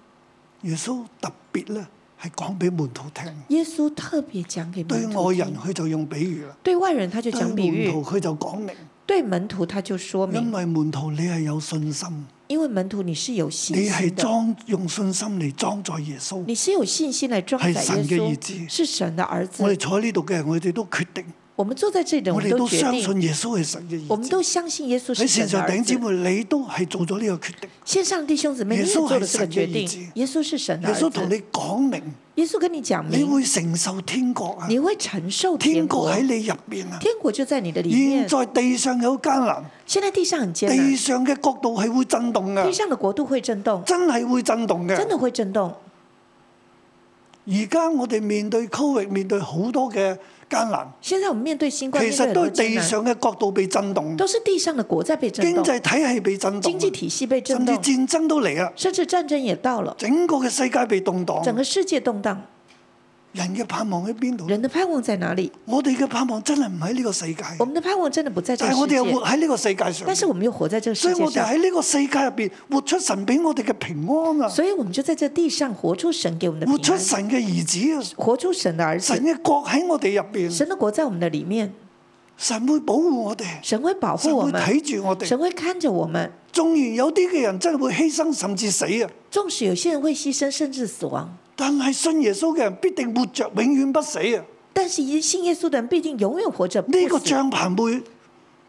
耶穌特別咧係講俾門徒聽。耶稣特别讲给對门徒外听人。佢就用比喻啦。对外人，他就對讲比喻門；徒佢就講明，对门徒，他就说因明。為門徒你係有信心，因为门徒你是有信你係心的，裝用信心嚟裝載耶穌。你是有信心来装载耶是神的意志稣，是神的儿我哋。子坐喺呢度嘅人，我哋都決定，我们坐在这里，我我们哋都都决相定，信耶穌係神嘅我兒们子。都相信耶稣喺是線神的上儿頂姊子。妹，你都係做咗呢個決定。线上弟兄姊妹，你也耶稣做了是这个神的决意定志。耶稣是神的耶儿穌同子。你講明，耶稣跟你讲你明，會承受天國啊！你会承受天天國国，喺你入邊啊！天国就在你的里現面。在地上有艱難，现在地上很艰地难，上嘅角度係會震動地嘅，上的国度会震动，真係會震動嘅真。的会震动。而家我哋面對 Covid，面對好多嘅艱難，现在我们面对新冠，其面对實很都多係艰地难，上嘅角度被震動，都是地上的国在被震經动，濟體系被震啊動，经济体系被震甚至动，戰爭都嚟啦，甚至战争也到了，整個嘅世界被動整盪。个世界动荡，人嘅盼望喺邊度？人的盼望在哪里？我哋嘅盼望真係唔喺呢個世界，我们的盼望真的不在这但个係我世哋又界活，喺呢個世界上但，是我们又活在这个所以世界我哋上，喺呢個世界入邊活出神俾我哋嘅平安啊，所以我们就在这地上活出神给我们的活平出安，神嘅兒子啊，活出神的儿神子，嘅國喺我哋入邊，神的国在我们的里面，神會保護我哋，神会保护神我會们，睇住我哋神。会看着我们。縱然有啲嘅人真係會犧牲甚至死啊，纵使有些人会犧牲甚至死亡，但係信耶穌嘅人必定活着，永遠不死啊！但是一信耶稣的人必定永远活着不呢、個死。帳棚會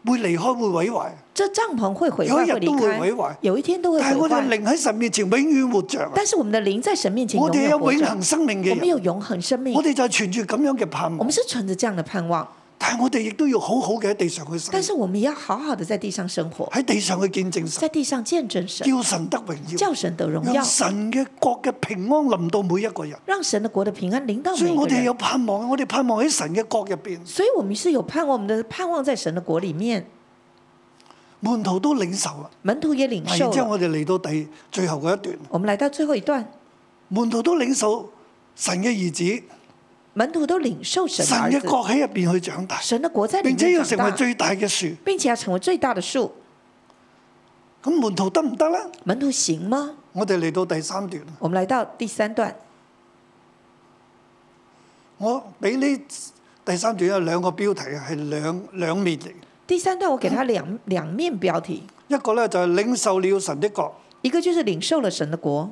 會離開，會毀壞，这帐篷会毁有坏，一日会离都会毁开坏，有一天都会但係毁我哋坏。靈喺神面前永遠活着啊！但是我们的灵在神面前我永哋远有活永着恆，生命我嘅们有人，永恒生命我，哋就係存住咁樣嘅盼我望们。是存着这样的盼望。但係我哋亦都要好好嘅喺地上去生但，是我们也要好好的在地上生活，喺地上去見證神在，地上见证神，叫神得榮耀，叫神得荣耀讓，神嘅國嘅平安臨到每一個人。让神的国的平安临到所以每一我个哋人有。盼望，啊我哋盼望喺神嘅國入邊，所以，我们是有盼望，我们的盼望在神的国里面，門徒都領受啦。门徒也领嗱受啊然之後了。我哋嚟到第最後嗰一段，我们来到最后一段，門徒都領受神嘅兒子，门徒都领受神神的儿嘅子，國喺入邊去長大，神的国在里並且要面成长為大，最大嘅樹。并且要成为最大的树。咁門徒得唔得呢？门徒行吗？我哋嚟到第三段，啊我们来到第三段，我俾呢第三段有兩個標題係兩兩面嚟，第三段我给他两两面标题，一個呢就係領受了神的國，一个就是领受了神的国，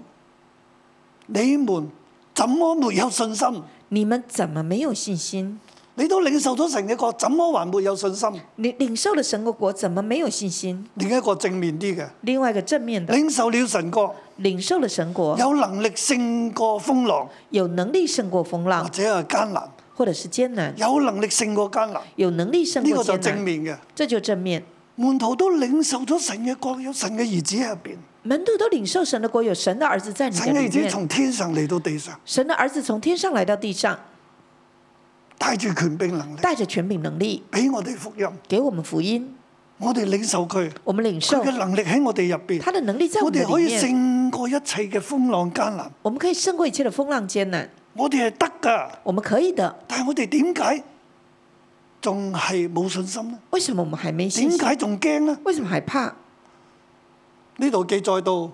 你們怎麼沒有信心？你们怎么没有信心？你都領受咗神嘅國，怎麼還沒有信心？你领受了神的国，怎么没有信心？另一個正面啲嘅，另外一个正面的，領受了神國，领受了神国，有能力勝過風浪有能力胜过风或浪，者係艱難，或者是艰难，有能力勝過艱難。有能力胜呢过個就艰正难，面嘅，这就正面。門徒都領受咗神嘅國，有神嘅兒子喺入邊，门徒都领受神的国，有神的儿子在你神的嘅里兒子面。從天上嚟到地上，神的儿子从天上来到地上，帶住權柄能力，带着权柄能力，俾我哋福音，给我们福音，我哋領受佢，我们领佢受嘅能力喺我哋入邊，他的能力在我我们的哋可里以面，勝過一切嘅風浪艱難，我们可以胜过一切的风浪艰难，我哋係得㗎。我们可以的。但係我哋點解仲係冇信心呢？为什么我们还没信點心？解仲驚呢？为什么还怕？呢度記載到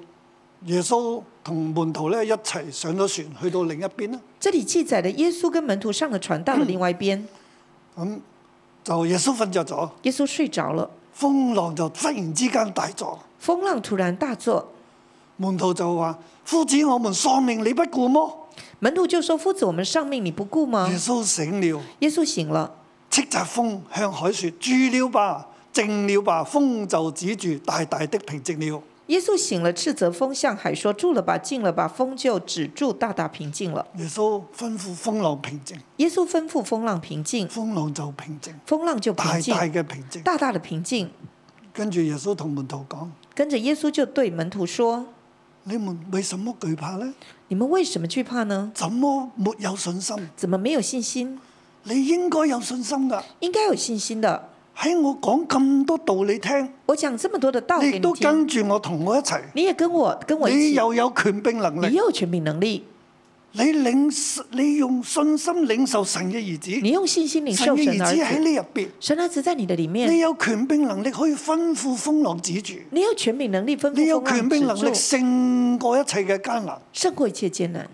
耶穌同門徒咧一齊上咗船，去到另一邊啦。这里记载了耶稣跟门徒上了船，到了另外一边，咁就耶穌瞓着咗，耶稣睡着了，風浪就忽然之間大作。风浪突然大作，門徒就話：夫子，我們喪命你不顧麼？门徒就说：“夫子，我们上命你不顾吗耶穌醒了，？”耶稣醒了，斥責風向海說：住了吧，靜了吧。風就止住，大大的平靜了。耶稣醒了，斥责风向海说：“住了吧，静了吧。”风就止住，大大平静了。耶穌吩咐風浪平靜，耶稣吩咐风浪平静，風浪就平靜，风浪就大平静，大嘅平靜。大大的平静。跟住耶穌同門徒講：跟着耶稣就对门徒说你們為什麼懼怕呢？：“你们为什么惧怕呢？怎麼沒有信心？怎么没有信心？你應該有信心㗎。应该有信心的。喺我講咁多道理聽，我讲这么多的道你给亦都你听，跟住我同我一齊。你也跟我跟我一你起，又有權柄能你力，有权柄能力，你領你用信心領受神嘅兒你子，用信心领神受嘅神的兒儿子喺子，你入邊，神儿子在你的里你面，有權柄能力可以吩咐風浪止住，你有权柄能力吩咐你有權风柄浪能止力住，勝過一切嘅艱難。胜过一切艰难。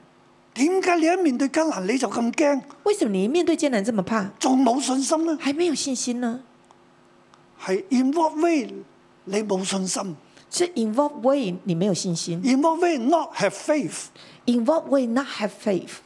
點解你一面對艱難你就咁驚，为什么你面对艰难这么怕，仲冇信心呢？还没有信心呢？係 in what way 你冇信心是 involve way 你没有信心？In what way not have faith？ ，involve way not have faith，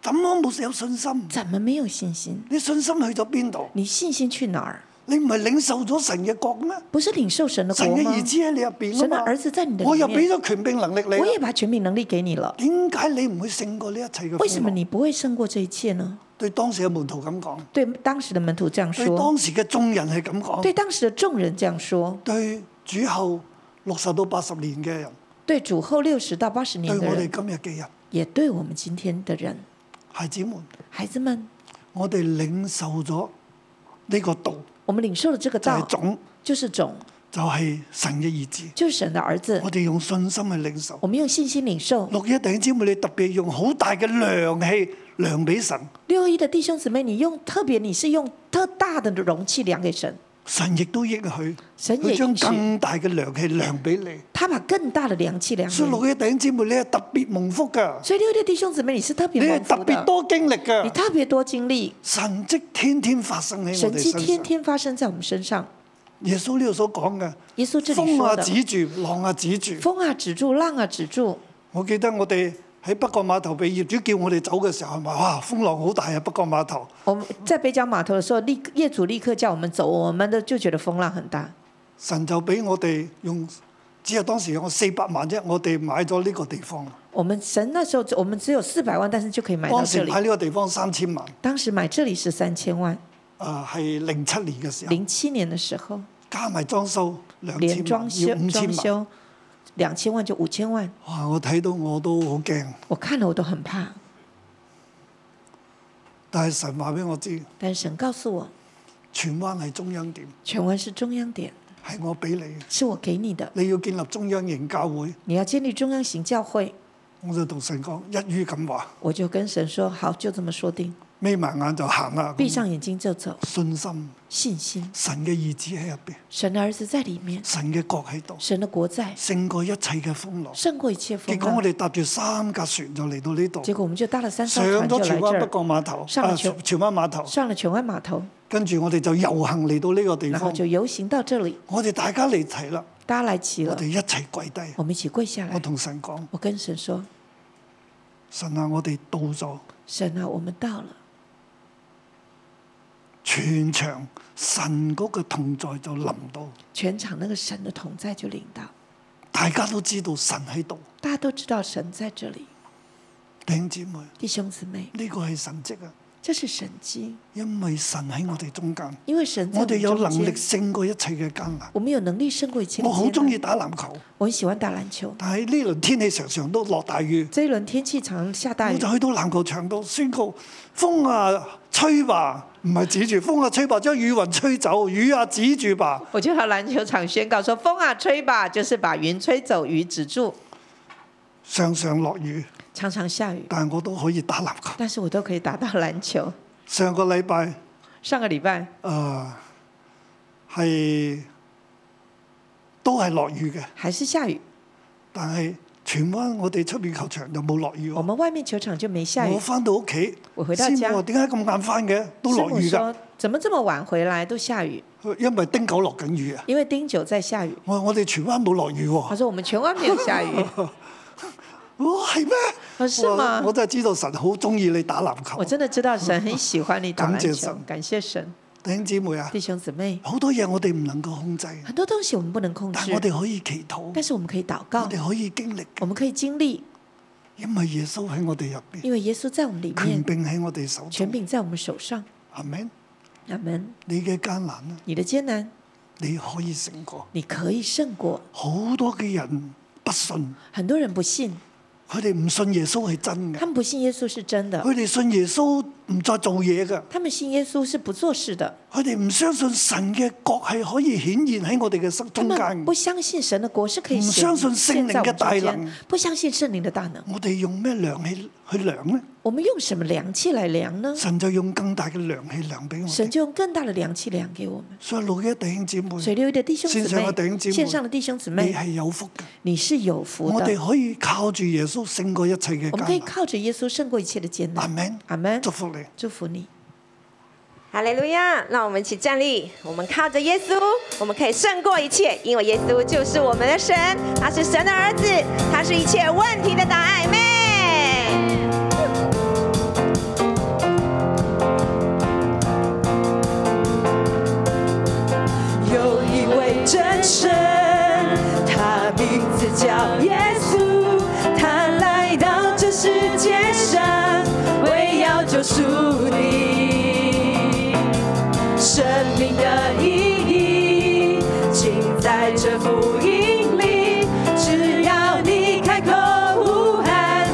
怎麼冇有信心？怎么没有信心？你信心去咗邊度？你信心去哪儿？你唔係領受咗神嘅國咩？不是领受神的神国嘅吗兒？子喺你入邊啊神的嘛儿子在你的我里又面俾咗權柄能力你我啦也。把权柄能力给你了，點解你唔會勝過呢一切嘅風浪？为什麼你不会胜过这一切呢？對當時嘅門徒咁講，对当时的门徒这样對说，當時嘅眾人係咁对講，当时的众人这样说，對主後六十到八十年嘅人，对主后六十到八十對年的我哋人，今日嘅人，也对我们今天的人，孩子們，孩子们，我哋領受咗呢個道，我们领受了这个就係道，種，就是种，就係神嘅兒子。就是神的儿子我。哋用信心去領受我。们用信心领受。六一弟兄姊妹，你特別用好大嘅量氣量俾神，六一的弟兄姊妹，你用特别，你是用特大的容器量给神，神亦都應許，神也佢將應許更大嘅量氣量俾你。他把更大的量器量给所以你。六一弟兄姊妹，你係特別蒙福㗎，所以六一的弟兄姊妹，你是特你别係蒙哎特福別的，多經歷你㗎。特别多经历，神蹟天天發生喺我神哋迹天身上。天发生在我们身上。耶穌呢度所講嘅，耶穌這裡風啊說的止住，浪啊止住。风啊止住，浪啊止住。我記得我哋喺北角碼頭被業主叫我哋走嘅時候，係咪哇風浪好大啊！北角碼頭，我们在北角码头的时候，立业主立刻叫我们走，我们的就觉得风浪很大。神就俾我哋用，只係當時我四百萬啫，我哋買咗呢個地方。我们神那时候我们只有四百万，但是就可以买到當这時里。買呢個地方三千萬，当时买这里是三千萬，啊係零七年嘅時候，零七年的時候，加埋裝修兩連千裝萬，修要五裝千萬。修两千萬就五千萬，哇！我睇到我都好驚，我看了我都很怕。但係神話俾我知，但是神告訴我，荃灣係中央點，全文是中央點，係我俾你嘅，是我給你的。你要建立中央型教會。你要建立中央型教會，我就同神講一於咁話，我就跟神說好，就這麼說定，眯埋眼就行啦。咁閉上眼睛就走。信心，信心，神嘅意志喺入邊，神的兒子在裡面，神嘅國喺度，神的國在，勝過一切嘅風浪。勝過一切風結果我浪。哋搭住三架船就嚟到呢度，結果我們就搭了三艘上船就咗來荃灣北這兒，角碼頭，上啊咗荃荃灣碼頭，上了荃灣碼頭，跟住我哋就遊行嚟到呢個地然後方。就遊行到這裡，我哋大家嚟齊啦，大家來齊我了哋，一齊跪低。我們一起跪下我來。同神講：我跟神說：神啊，我哋到咗神啊，我們到了。全場，神嗰個同在就臨到，全场那個神的同在就領到，大家都知道神喺度。大家都知道神在這裡。弟兄姊妹，弟兄姊妹，呢個係神蹟啊！這是神蹟，因為神喺我哋中間，因為神在我哋有們中能力間，勝過一切嘅艱難。我們有能力勝過一切的艱我難。好中意打籃球，我很喜歡打籃球。但係呢輪天氣常常都落大雨，這一輪天氣常下大我雨，就去到籃球場度宣告：風啊，吹吧！唔係指住風啊，吹吧，將雨雲吹走；雨啊，指住吧！我就到籃球場宣告說：風啊，吹吧，就是把雲吹走，雨止住。常常落雨，常常下雨，但係我都可以打籃球。但是我都可以打到籃球。上個禮拜，呃上個禮拜誒係都係落雨嘅，還是下雨，但係荃灣我哋出面球場就冇落雨我喎。們外面球場就沒下我雨。翻到屋企，我回到家師母話點解咁晏翻嘅？都師落母雨㗎，說：怎麼這麼晚回來都下雨？因為丁九落緊雨啊！因為丁九在下雨。我話我哋荃灣冇落雨他喎，說我們全灣沒有下 雨。我係咩？我話是嗎我我真係知道神好中意你打籃球我。真的知道神很喜歡你打感謝籃球神，感謝神，弟兄姊妹啊，弟兄姊妹，好多嘢我哋唔能夠控制，很多東西我們不能控但制係我，哋可以祈禱，但是我們可以禱我告，哋可以經歷，我們可以經歷，因為耶穌喺我哋入邊，因為耶穌在我們裡權面，柄喺我哋手權中。柄在我們手上。阿明，阿門。你嘅艱難啊，你的艱難，你可以勝過。你可以勝過。好多嘅人不信，很多人不信，佢哋唔信耶穌係真他嘅，們不信耶穌是真的，佢哋信耶穌唔再做嘢嘅，他們信耶穌是不做事的，佢哋唔相信神嘅國係可以顯現喺我哋嘅生他中們間不。相信神的國是可以唔相顯信聖靈現在我嘅們中大能間，不相信聖靈的大能。我哋用咩量去去量呢？我們用什麼量器來量呢？神就用更大嘅量去量俾我神哋。就用更大的量器量給我們。所以老嘅弟兄姊妹，水流的弟兄姊線上嘅弟兄妹，姊妹線上的弟兄姊你妹，係有福嘅。你是有福我哋的。可以靠住耶穌勝過一切嘅我們可艱以難。靠着耶穌勝過一切的艱阿難。門，阿門。祝福你。祝福你。哈利路亚！让我们一起站立，我们靠着耶稣，我们可以胜过一切，因为耶稣就是我们的神，他是神的儿子，他是一切问题的答案。妹。有一位真神，他名字叫耶稣，他来到这世界上，为要救赎你。生命的意义尽在这福音里，只要你开口呼喊。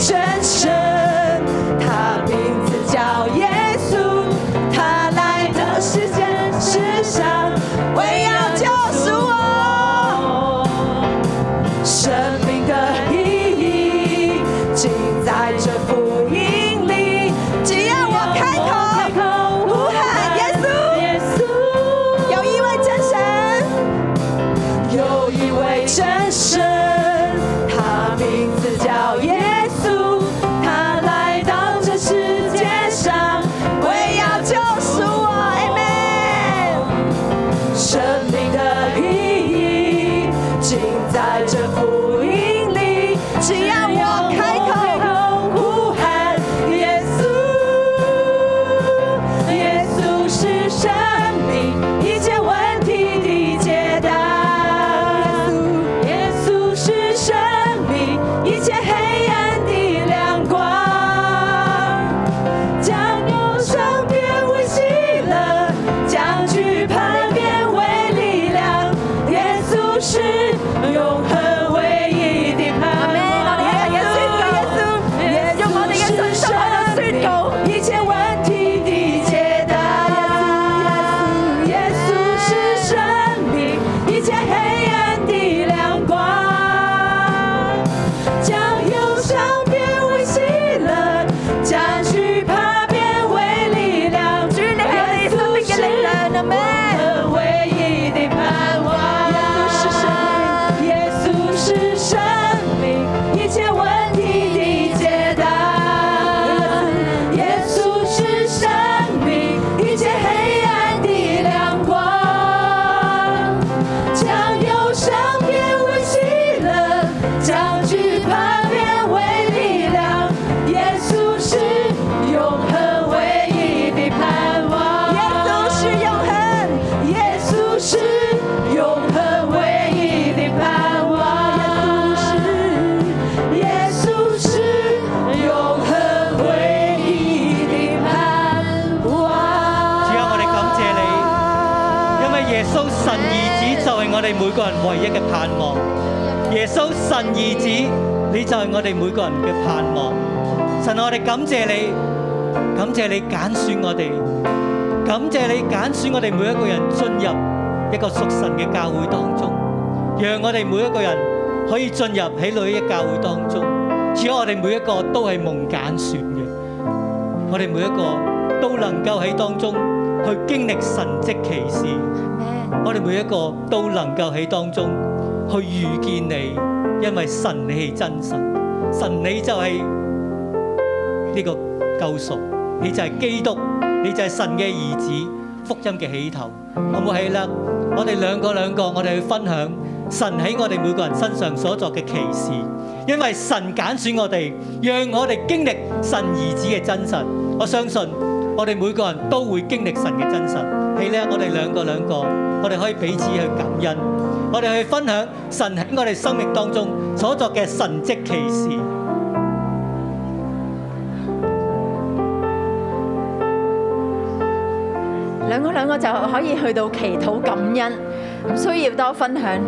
真神，他名字叫耶稣，他来到世界世上，为要救赎我。生命的意义尽在这福音里。只要我开口呼喊耶稣，有一位真神，有一位真神，他名字叫耶稣，他来到这世界上，为要救赎我。Amen。生命的意义尽在这福音里。只要我开口呼喊，耶稣，耶稣是生命一切问题的解答。耶稣是生命一切黑暗的亮光。将忧伤变为喜乐，将惧怕变为力量。耶稣是永恒唯一的盼望。耶稣是生命一切问题的解答。耶稣是生命一切黑暗的亮光。将忧伤变为喜乐，将惧怕变为力量。耶稣是我们唯一的盼望。耶稣是生命一切问题的解答。耶稣是生命一切黑暗的亮光。将忧伤变为喜乐，将惧怕变为力量。耶稣是永恒唯一的盼望。耶稣是永恒，耶稣是永恒唯一的盼望。耶稣是永恒唯一的盼望。主啊，我哋感謝你，因為耶穌神兒子就係我哋每個人唯一嘅盼望。耶穌神兒子，你就係我哋每個人嘅盼望。神，我哋感謝你，感謝你揀選我哋，感謝你揀選我哋每一個人進入一個屬神嘅教會當中，讓我哋每一個人可以進入喺女一教會當中。主啊，我哋每一個都係蒙揀選嘅。我哋每一個都能夠喺當中去經歷神蹟奇事，我哋每一個都能夠喺當中去遇見你，因為神你係真神，神你就係呢個救贖，你就係基督，你就係神嘅兒子，福音嘅起頭，好唔好？係啦，我哋兩個兩個，我哋去分享神喺我哋每個人身上所作嘅奇事，因為神揀選我哋，讓我哋經歷神兒子嘅真實。我相信我哋每個人都會經歷神嘅真實。係咧，我哋兩個兩個，我哋可以彼此去感恩，我哋去分享神喺我哋生命當中所作嘅神蹟奇事。兩個兩個就可以去到祈禱感恩，唔需要多分享。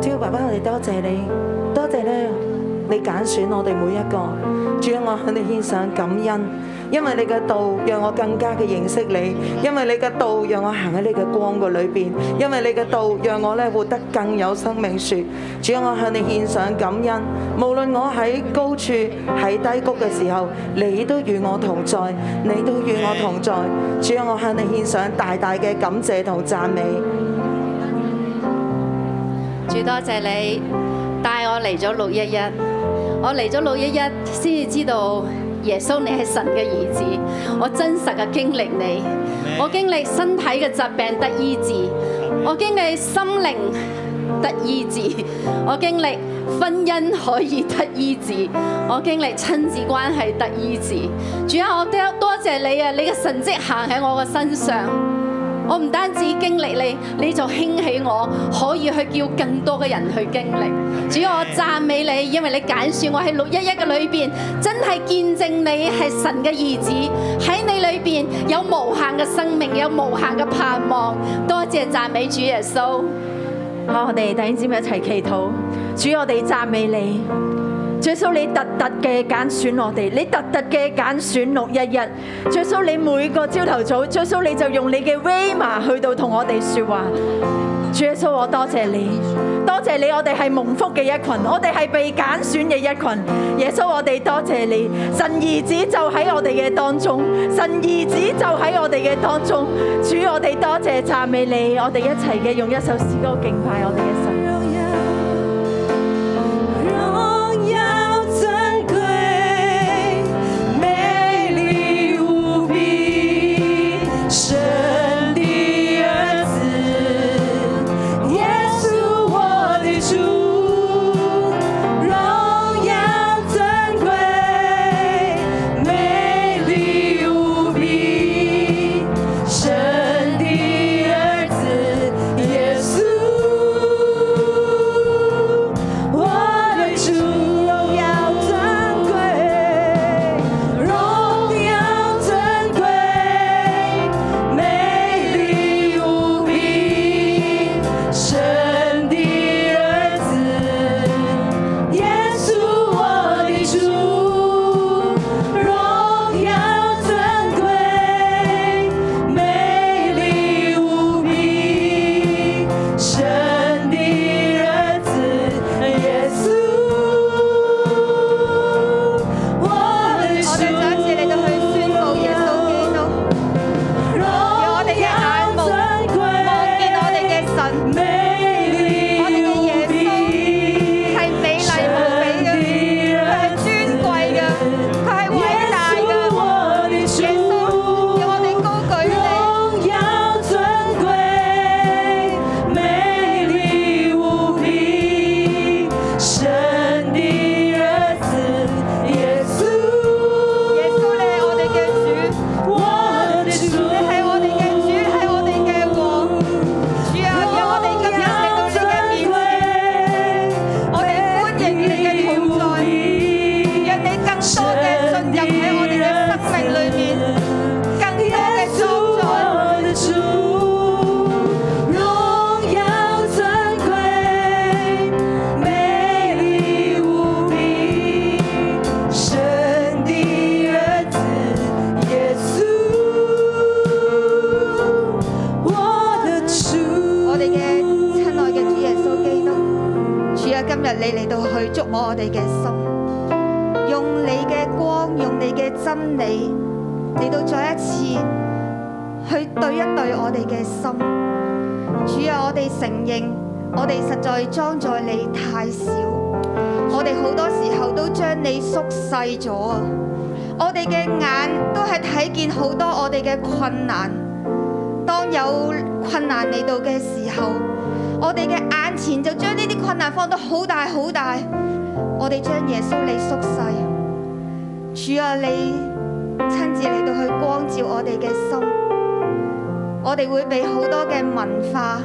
主啊，爸爸，我哋多謝你，多謝咧，你揀選我哋每一個。主啊，我向你獻上感恩，因為你嘅道讓我更加嘅認識你，因為你嘅道讓我行喺你嘅光嘅裏邊，因為你嘅道讓我咧活得更有生命樹。主啊，我向你獻上感恩，無論我喺高處喺低谷嘅時候，你都與我同在，你都與我同在。主啊，我向你獻上大大嘅感謝同讚美。主多謝你帶我嚟咗六一一，我嚟咗六一一先至知道耶穌你係神嘅兒子，我真實嘅經歷你，我經歷身體嘅疾病得醫治，我經歷心靈得醫治，我經歷婚姻可以得醫治，我經歷親子關係得醫治。主啊，我多多謝你啊，你嘅神蹟行喺我嘅身上。我唔單止經歷你，你就興起我，可以去叫更多嘅人去經歷。主，我讚美你，因為你揀選我喺六一一嘅裏邊，真係見證你係神嘅兒子，喺你裏邊有無限嘅生命，有無限嘅盼望。多謝讚美主耶穌。好，我哋弟兄姊妹一齊祈禱。主，我哋讚美你。最數你特特嘅揀選我哋，你特特嘅揀選六一日，最數你每個朝頭早，最數你就用你嘅 Rama 去到同我哋說話。主耶穌，我多謝你，多謝你，我哋係蒙福嘅一群，我哋係被揀選嘅一群。耶穌，我哋多謝你，神兒子就喺我哋嘅當中，神兒子就喺我哋嘅當中。主，我哋多謝讚美你，我哋一齊嘅用一首詩歌敬拜我哋嘅神。荣耀尊贵，美丽无比，神的儿子，耶稣我的主，荣耀尊贵，美丽无比，神的儿子，耶稣。我的主，荣耀尊贵，荣耀尊贵，美丽无比，神的儿子，耶稣我的主，荣耀尊贵，美丽无比，神的儿子，耶稣，我的主，荣耀尊贵，美丽无比，神的儿子，耶稣我的主，荣耀尊贵，美丽无比，神的儿子，耶稣，我的主，荣耀尊贵，美丽无比，神的儿子耶稣，我的主，主啊，今日你嚟到去觸摸我哋嘅心，用你嘅光，用你嘅真理嚟到再一次去對一對我哋嘅心。主啊，我哋承認我哋實在裝載你太少，我哋好多時候都將你縮細咗啊！我哋嘅眼都係睇見好多我哋嘅困難。當有困難嚟到嘅時候，我哋嘅眼前就將呢啲困難放到好大好大，我哋將耶穌你縮細。主啊，你親自嚟到去光照我哋嘅心，我哋會被好多嘅文化、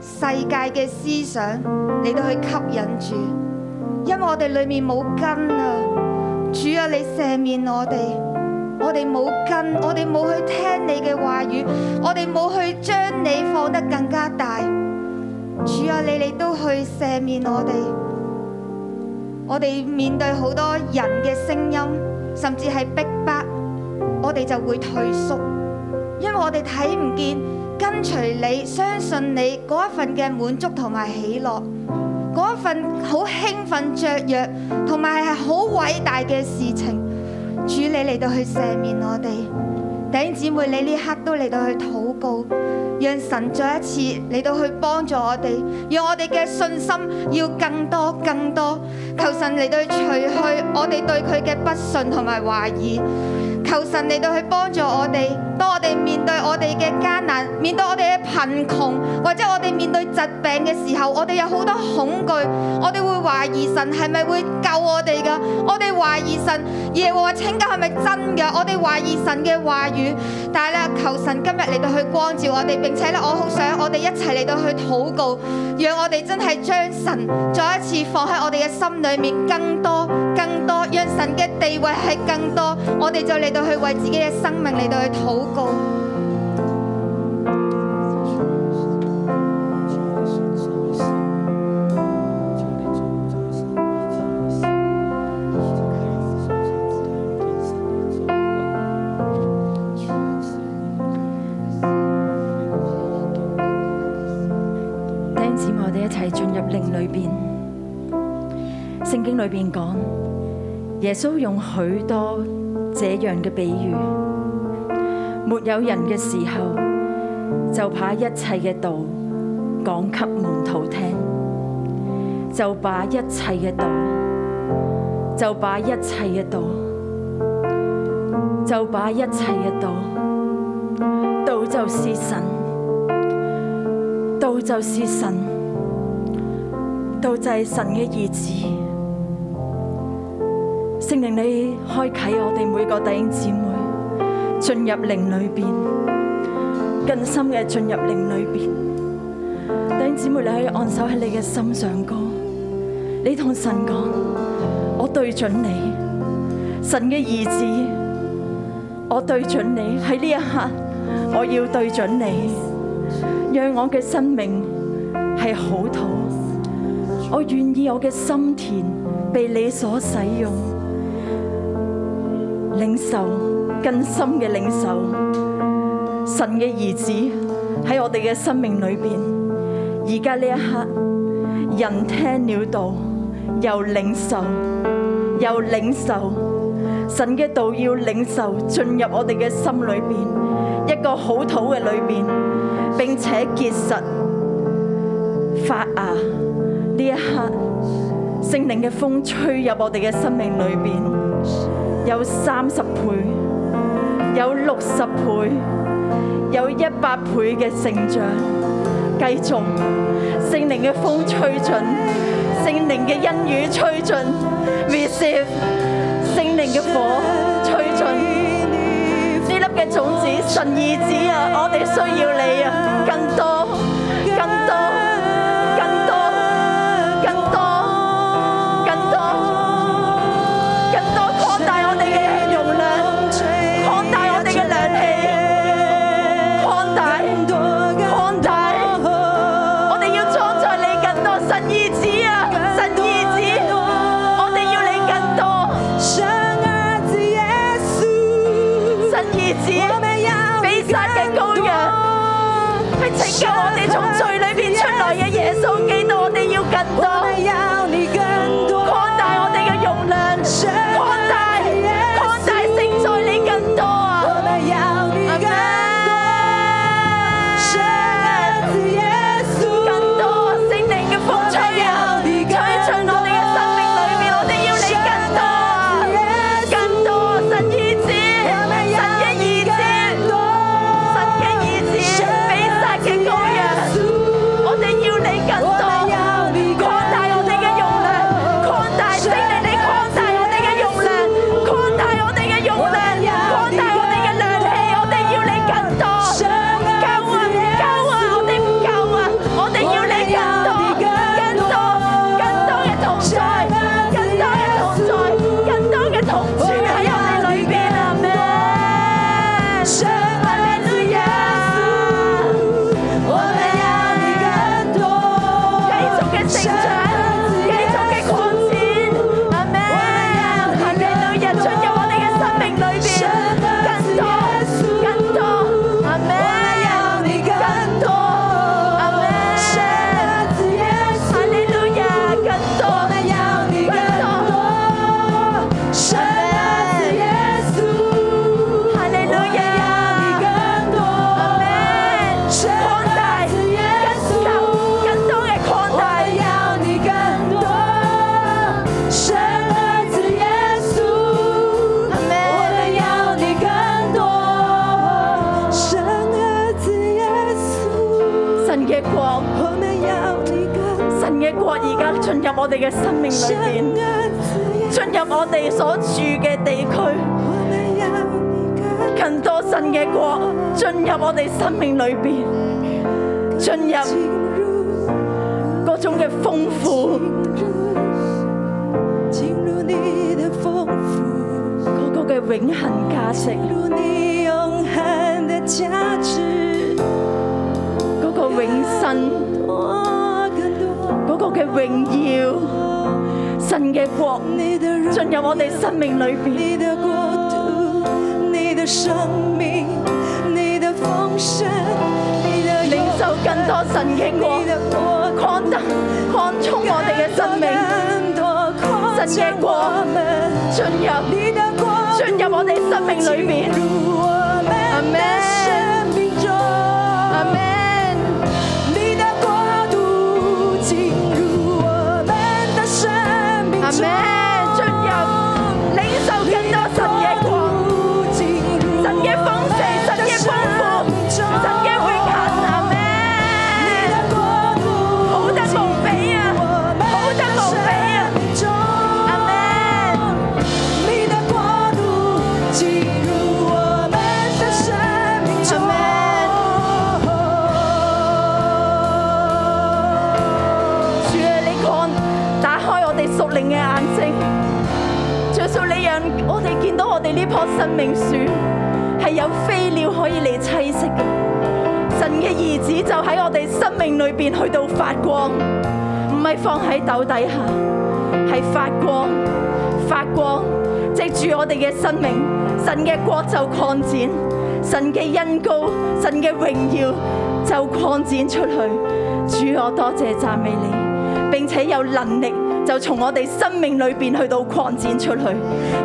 世界嘅思想嚟到去吸引住，因為我哋裡面冇根啊。主啊，你赦免我哋。我哋冇跟，我哋冇去聽你嘅話語，我哋冇去將你放得更加大。主啊，你哋都去赦免我哋。我哋面對好多人嘅聲音，甚至係逼迫，我哋就會退縮，因為我哋睇唔見跟隨你、相信你嗰一份嘅滿足同埋喜樂，嗰一份好興奮雀躍，同埋係好偉大嘅事情。主你嚟到去赦免我哋，弟兄姊妹，你呢刻都嚟到去禱告，讓神再一次嚟到去幫助我哋，讓我哋嘅信心要更多更多。求神嚟到去除去我哋對佢嘅不信同埋懷疑。求神嚟到去幫助我哋，當我哋面對我哋嘅艱難，面對我哋嘅貧窮，或者我哋面對疾病嘅時候，我哋有好多恐懼，我哋會懷疑神係咪會救我哋噶？我哋懷疑神耶和華拯救係咪真嘅？我哋懷疑神嘅話語，但係咧，求神今日嚟到去光照我哋，並且咧，我好想我哋一齊嚟到去禱告，讓我哋真係將神再一次放喺我哋嘅心裏面，更多、更多，讓神嘅地位係更多，我哋就嚟到去為自己嘅生命嚟到去禱告。弟兄姊妹，我哋一齊進入靈裏邊。聖經裏邊講，耶穌用許多這樣嘅比喻，沒有人嘅時候，就把一切嘅道講給門徒聽，就把一切嘅道，就把一切嘅道，就把一切嘅道，道就是神。道就是神，道就係神嘅意志。聖靈，你開啟我哋每個弟兄姊妹進入靈裏邊，更深嘅進入靈裏邊。弟兄姊妹，你可以按手喺你嘅心上高，你同神講：我對準你，神嘅意志，我對準你。喺呢一刻，我要對準你。讓我嘅生命係好土，我願意我嘅心田被你所使用，領受更深嘅領受神嘅兒子喺我哋嘅生命裏邊。而家呢一刻，人聽了道，又領受，又領受神嘅道，要領受進入我哋嘅心裏邊，一個好土嘅裏邊。並且結實發芽。呢一刻，聖靈嘅風吹入我哋嘅生命裏邊，有三十倍，有六十倍，有一百倍嘅成長。繼續，聖靈嘅風吹進，聖靈嘅恩雨吹進，receive 聖靈嘅火吹進。呢粒嘅種子，神意子啊，我哋需要你啊，更多，更多，更多，更多，更多，更多擴大我哋嘅容量，擴大我哋嘅量氣，擴大，擴大，我哋要裝載你更多神意子啊，神意子，我哋要你更多。神兒子，被殺嘅羔羊，係拯救我哋從 à, 進入我哋嘅生命裏邊，進入我哋所住嘅地區，更多神嘅國進入我哋生命裏邊，進入嗰種嘅豐富，嗰個嘅永恆價值，嗰個永生，嗰個嘅榮耀，神嘅國進入我哋生命裏邊。你的国度，你的生命，你的丰盛，你的领受更多神嘅光你的国度扩大扩充我哋嘅生命，更多扩展神嘅国我们，进入你的国度进入我哋生命裏面进入我们的生命中。你的国度进入我们的生命中。进入领受更多神嘅光，神嘅豐盛，神嘅豐富，神嘅永恆，阿咩？好得無比啊，好得無比啊，阿咩？你的国度进入我们的生命中。主啊，你看，打開我哋屬靈嘅眼睛，最少你讓我哋見到我哋呢棵生命樹係有飛鳥可以嚟棲息嘅。神嘅兒子就喺我哋生命裏邊去到發光，唔係放喺斗底下，係發光，發光，藉住我哋嘅生命，神嘅國就擴展，神嘅恩高，神嘅榮耀就擴展出去。主，我多謝讚美你，並且有能力就從我哋生命裏邊去到擴展出去，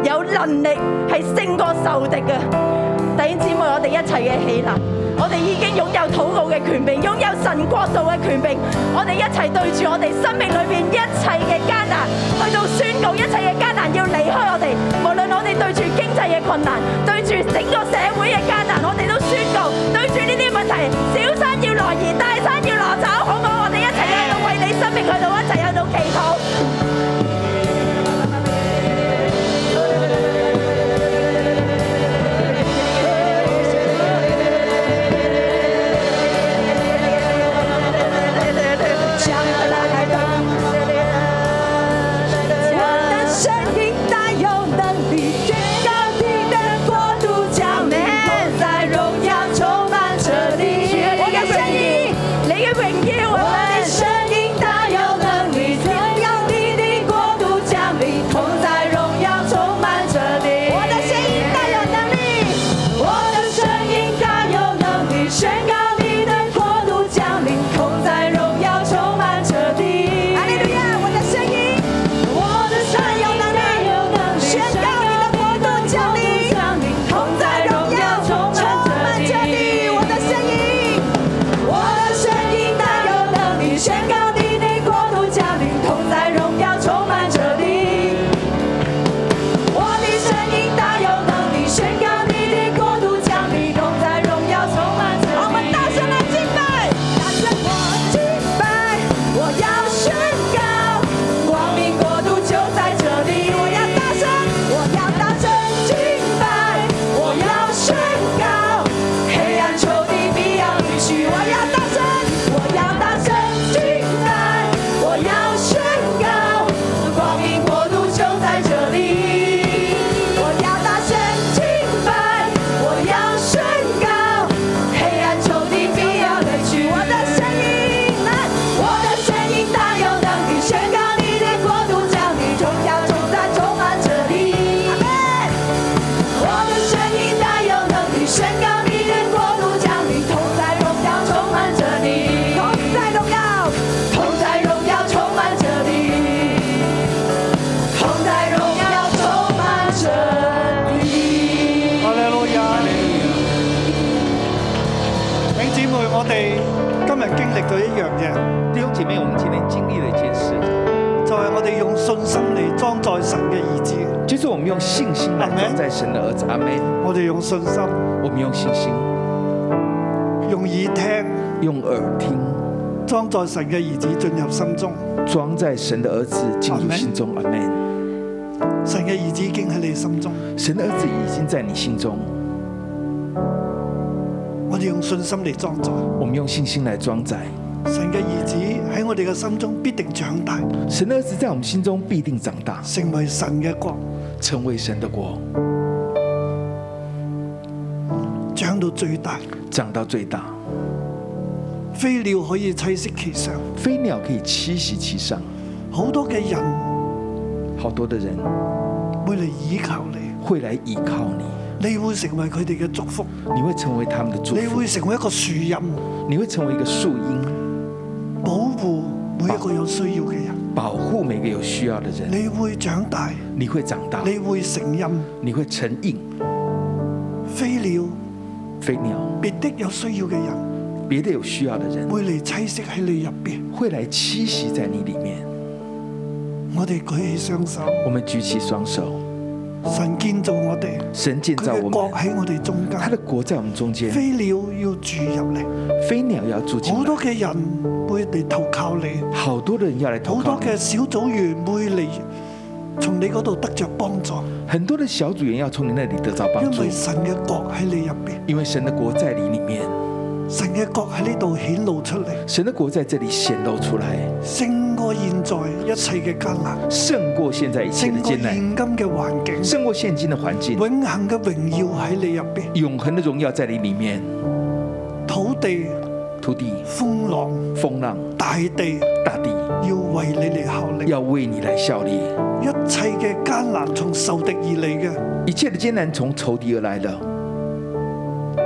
有能力係勝過仇敵嘅。弟兄姊妹，我哋一齊嘅起立，我哋已經擁有禱告嘅權柄，擁有神國度嘅權柄，我哋一齊對住我哋生命裏邊一切嘅艱難，去到宣告一切嘅艱難要離開我哋，無論我哋對住經濟嘅困難，對住整個社會嘅艱難，我哋都宣告，對住呢啲問題，小山要挪移，大山要挪走，好唔好？我哋一齊喺度為你生命去到一齊喺度祈禱。将大海的我的声音大有能力，宣告你的国度降临，同在荣耀充满着你。我的声音，你的荣耀，啊我的声音大有能力，宣告你的国度降临，同在荣耀充满着你。我的声音大有能力，我的声音大有能力，宣告你的国度降临，同在荣耀充满着你。哈利路亚，我的声音。我的神有能力，宣告你的国度降临，同在荣耀充满着你。我的声音，我的声音大有能力，宣告你的国度降临，同在荣耀充满着你。我的声音大有能力，宣告你的国度降临，同在荣耀充满着我们大声来敬拜，大声我敬拜，我要宣告，光明国度就在这里。我要大声，我要大声敬拜，我要宣告，黑暗仇敌必要离去。我要大声，我要大声敬拜，我要宣告，光明国度就在这里。我要大声敬拜，我要宣告，黑暗仇敌必要离去。我的声音，我的声音大有能力，宣告你的国度降临，荣耀充在充满这里。我的声音大有能力，宣告你的国度降临，同在荣耀充满这里。同在荣耀，同在荣耀充满这里。同在荣耀充满着你。哈利路亞！弟兄姊妹，我哋今日經歷到一樣嘢，弟兄姐妹，我们今天经历了一件事，就係我哋用信心嚟裝載神嘅兒子。就是我们用信心来 Amen 装载神的儿子。阿门。我哋用信心，我们用信心，用耳聽，用耳听，裝在神嘅兒子進入心中。装在神的儿子进入心中。阿门。神嘅兒子已經喺你心中，神的儿子已经在你心中，我哋用信心嚟裝載。我们用信心来装载。神嘅兒子喺我哋嘅心中必定長大，神的儿子在我们心中必定长大，成為神嘅國，成为神的国，長到最大。长到最大。飛鳥可以棲息其上，飞鸟可以栖息其上，好多嘅人好多的人會嚟倚靠你，会来倚靠你，你會成為佢哋嘅祝福，你会成为他们的祝你福會，成為一個樹蔭，你会成为一个树荫，保護每一個有需要嘅人。保护每个有需要的人。你會長大，你会长大，你會成蔭。你会成瘾。飛鳥，飞鸟，別的有需要嘅人别的有需要的人會嚟棲息喺你入邊。会来栖息在你里面。我哋舉起雙手，我们举起双手，神建造我哋，神建佢造我嘅國们，喺我哋中間他。的国在我们中间。飛鳥要住入嚟，飞鸟要住进好来多，嘅人會嚟投靠你，好多人要来投好靠多你，嘅小組員會嚟從你嗰度得着幫助，很多的小组员要从你那里得到帮因助為，神嘅國喺你入邊，因为神的国在你里面，神嘅國喺呢度顯露出嚟，神的国在这里显露出来，勝過現在一切嘅艱難，胜过现在一切的勝過艰現难，今嘅環境，胜过现今的环境，永恆嘅榮耀喺你入邊，永恒的荣耀在你里面。土地、土地、風浪、风浪、大地大地要為你嚟效力，要为你来效力。一切嘅艱難從受敵而嚟嘅，一切的艰难从仇敌而来的，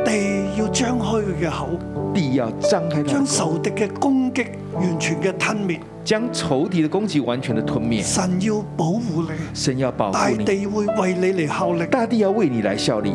地要張開佢嘅口。地要张开它將的口，仇敵嘅攻擊完全嘅吞滅，将仇敌的攻击完全的吞灭。神要保護你，神要保大护你，地會為你嚟效力。大地要为你来效力。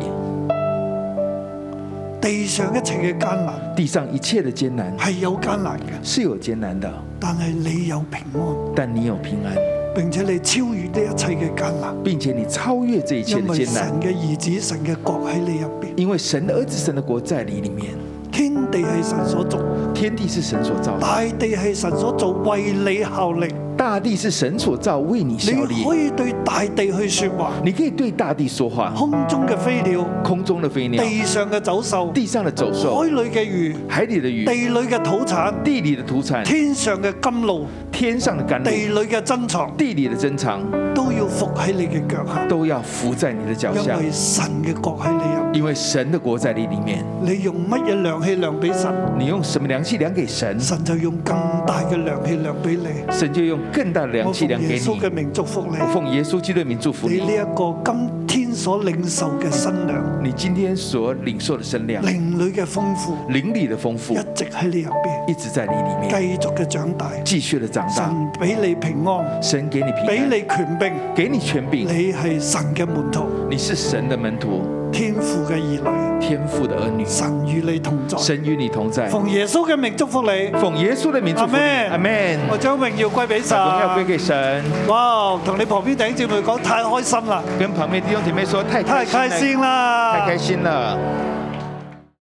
地上一切嘅艱難地上一切的艰难係有艱難嘅，是有艰难的，但係你有平安，但你有平安，並且你超越呢一切嘅艱難，并且你超越这一切因的為艰神难，嘅兒子、神嘅國喺你入邊。因为神的儿子、神的国在你里面。天地係神所造，天地是神所造的，大地係神所造，為你效力。大地是神所造，为你效你力。可以對大地去说話，你可以对大地说话，空中嘅飛鳥、空中的飞鸟，地上嘅走獸、地上的走兽海，裏嘅魚、海里的鱼，地裏嘅土產、地里的土产，天上嘅甘露。天上的甘露，地裏嘅珍藏地里的珍藏，都要伏喺你嘅腳下，都要伏在你的脚因下，為神嘅國喺你入。因为神的国在你里面。你用乜嘢量器量俾神，你用什么良器量给神，神就用更大嘅量器量俾你。神就用更大的良我器奉量给耶穌嘅你。名祝福你我，奉耶稣基督的名祝福你呢你，一個今天所領受嘅新糧，你今天所领受的身量，靈裏嘅豐富，灵里的丰富一，直喺你入邊，一直在你里面，繼續嘅長大。继续的长大。神俾你平安，神给你平俾安，你權柄，给你权柄，你係神嘅門徒，你是神的门徒，天父嘅兒女，天父的儿女，神與你同在。神与你同在。奉耶穌嘅名祝福你。奉耶稣的名祝福你， Amen 阿门。我將榮耀歸俾神。把荣耀归给神。哇！同你旁邊弟兄姊妹講，太開心啦，跟旁边弟兄姐妹说，太太开開心心了，太啦开！心了。